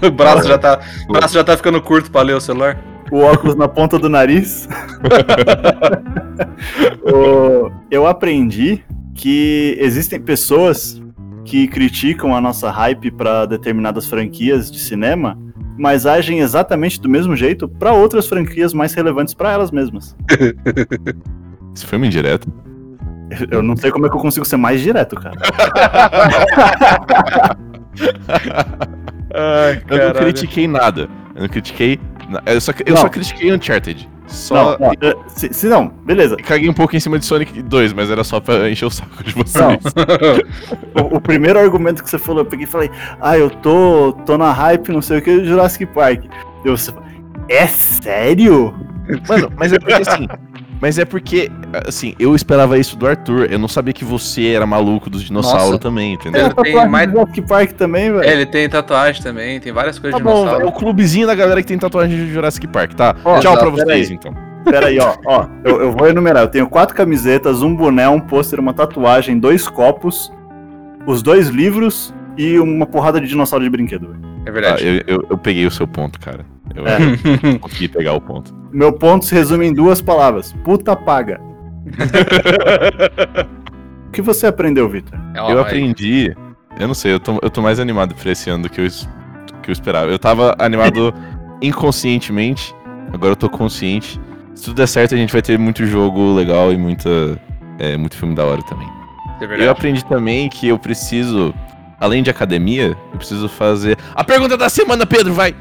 S2: O braço já tá, o braço já tá ficando curto pra ler o celular.
S3: o óculos na ponta do nariz. O- eu aprendi que existem pessoas que criticam a nossa hype pra determinadas franquias de cinema, mas agem exatamente do mesmo jeito pra outras franquias mais relevantes pra elas mesmas.
S1: Isso foi uma indireta.
S3: Eu não sei como é que eu consigo ser mais direto, cara.
S2: Ai,
S1: Eu não critiquei nada. Eu não critiquei. na- Eu só, eu
S3: Não.
S1: só critiquei Uncharted. Só.
S3: Não, não, eh, se, se não, beleza.
S1: e Caguei um pouco em cima de Sonic 2, mas era só pra encher o saco de vocês.
S3: Não. O, o primeiro argumento que você falou, eu peguei e falei, ah, eu tô, tô na hype, não sei o que, Jurassic Park. E você fala, é sério?
S1: Mano, mas é porque assim. Mas é porque, assim, eu esperava isso do Arthur. Eu não sabia que você era maluco dos dinossauros
S2: Nossa.
S1: também,
S3: Tem
S1: entendeu?
S3: a
S2: Ele tem
S3: tatuagem
S2: mais-
S3: do Jurassic Park também, velho.
S2: É, ele tem tatuagem também, tem várias
S1: Tá
S2: coisas de
S1: bom, é
S2: dinossauro.
S1: o clubezinho da galera que tem tatuagem de Jurassic Park, tá?
S3: Ó,
S1: Tchau pra
S2: exato,
S1: vocês, então.
S3: Pera aí, ó, ó. Eu, eu vou enumerar. Eu tenho quatro camisetas, um boné, um pôster, uma tatuagem, dois copos, os dois livros e uma porrada de dinossauro de brinquedo. velho.
S2: É
S1: Tá,
S2: verdade.
S1: eu, eu- eu peguei o seu ponto, cara. Eu
S3: É.
S1: eu consegui pegar o ponto.
S3: Meu ponto se resume em duas palavras: puta paga. o que você aprendeu, Victor?
S2: Ó,
S1: eu
S2: mas-
S1: aprendi. Eu não sei, eu tô, eu tô mais animado pra esse ano do que eu, es- do que eu esperava. Eu tava animado inconscientemente, agora eu tô consciente. Se tudo der certo, a gente vai ter muito jogo legal e muita, é, muito filme da hora também.
S2: É
S1: Eu
S2: verdade.
S1: aprendi também que eu preciso, além de academia, eu preciso fazer. A pergunta da semana, Pedro, vai!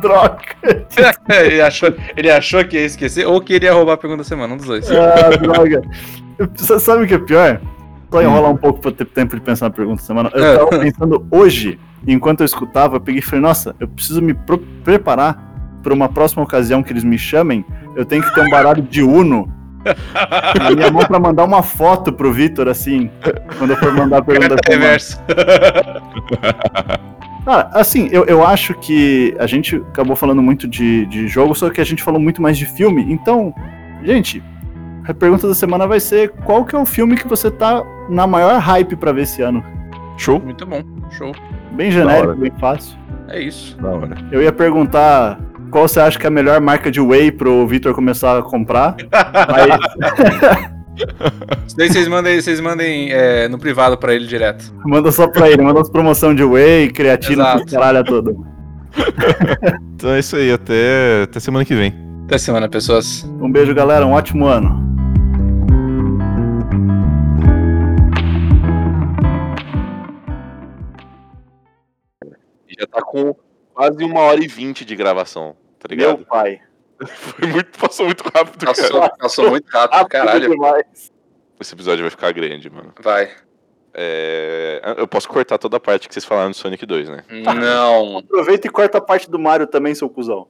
S3: Droga!
S2: ele, achou, ele achou que ia esquecer ou queria roubar a pergunta da semana, um dos dois.
S3: Ah, droga. Você sabe o que é pior? Só enrolar um pouco pra ter tempo de pensar na pergunta da semana. Eu
S2: É.
S3: tava pensando hoje, enquanto eu escutava, eu peguei e falei, nossa, eu preciso me pro- preparar pra uma próxima ocasião que eles me chamem. Eu tenho que ter um baralho de Uno na minha mão pra mandar uma foto pro Vitor, assim, quando eu for mandar a pergunta da
S2: Carta
S3: semana.
S2: reverso.
S3: Cara, assim, eu, eu acho que a gente acabou falando muito de, de jogo, só que a gente falou muito mais de filme. Então, gente, a pergunta da semana vai ser qual que é o filme que você tá na maior hype pra ver esse ano?
S1: Show?
S2: Muito bom, show.
S3: Bem
S1: Da
S3: genérico, bem fácil.
S2: É isso.
S1: Da hora.
S3: Eu ia perguntar qual você acha que é a melhor marca de whey pro Victor começar a comprar. Mas
S2: Isso daí vocês mandem, vocês mandem é, no privado pra ele direto.
S3: manda só pra ele, manda as promoção de whey, creatina,
S2: Exato.
S3: essas caralho todo.
S1: Então é isso aí, até, até semana que vem.
S2: Até semana, pessoas.
S3: Um beijo, galera, um ótimo ano.
S1: Já tá com quase uma hora e vinte de gravação, tá
S3: Meu pai.
S1: Foi muito, passou muito rápido, cara.
S2: Passou, passou muito rápido, caralho.
S3: demais.
S1: Esse episódio vai ficar grande, mano.
S2: Vai.
S1: É, Eu posso cortar toda a parte que vocês falaram do Sonic 2, né?
S2: Não.
S3: Aproveita e corta a parte do Mario também, seu cuzão.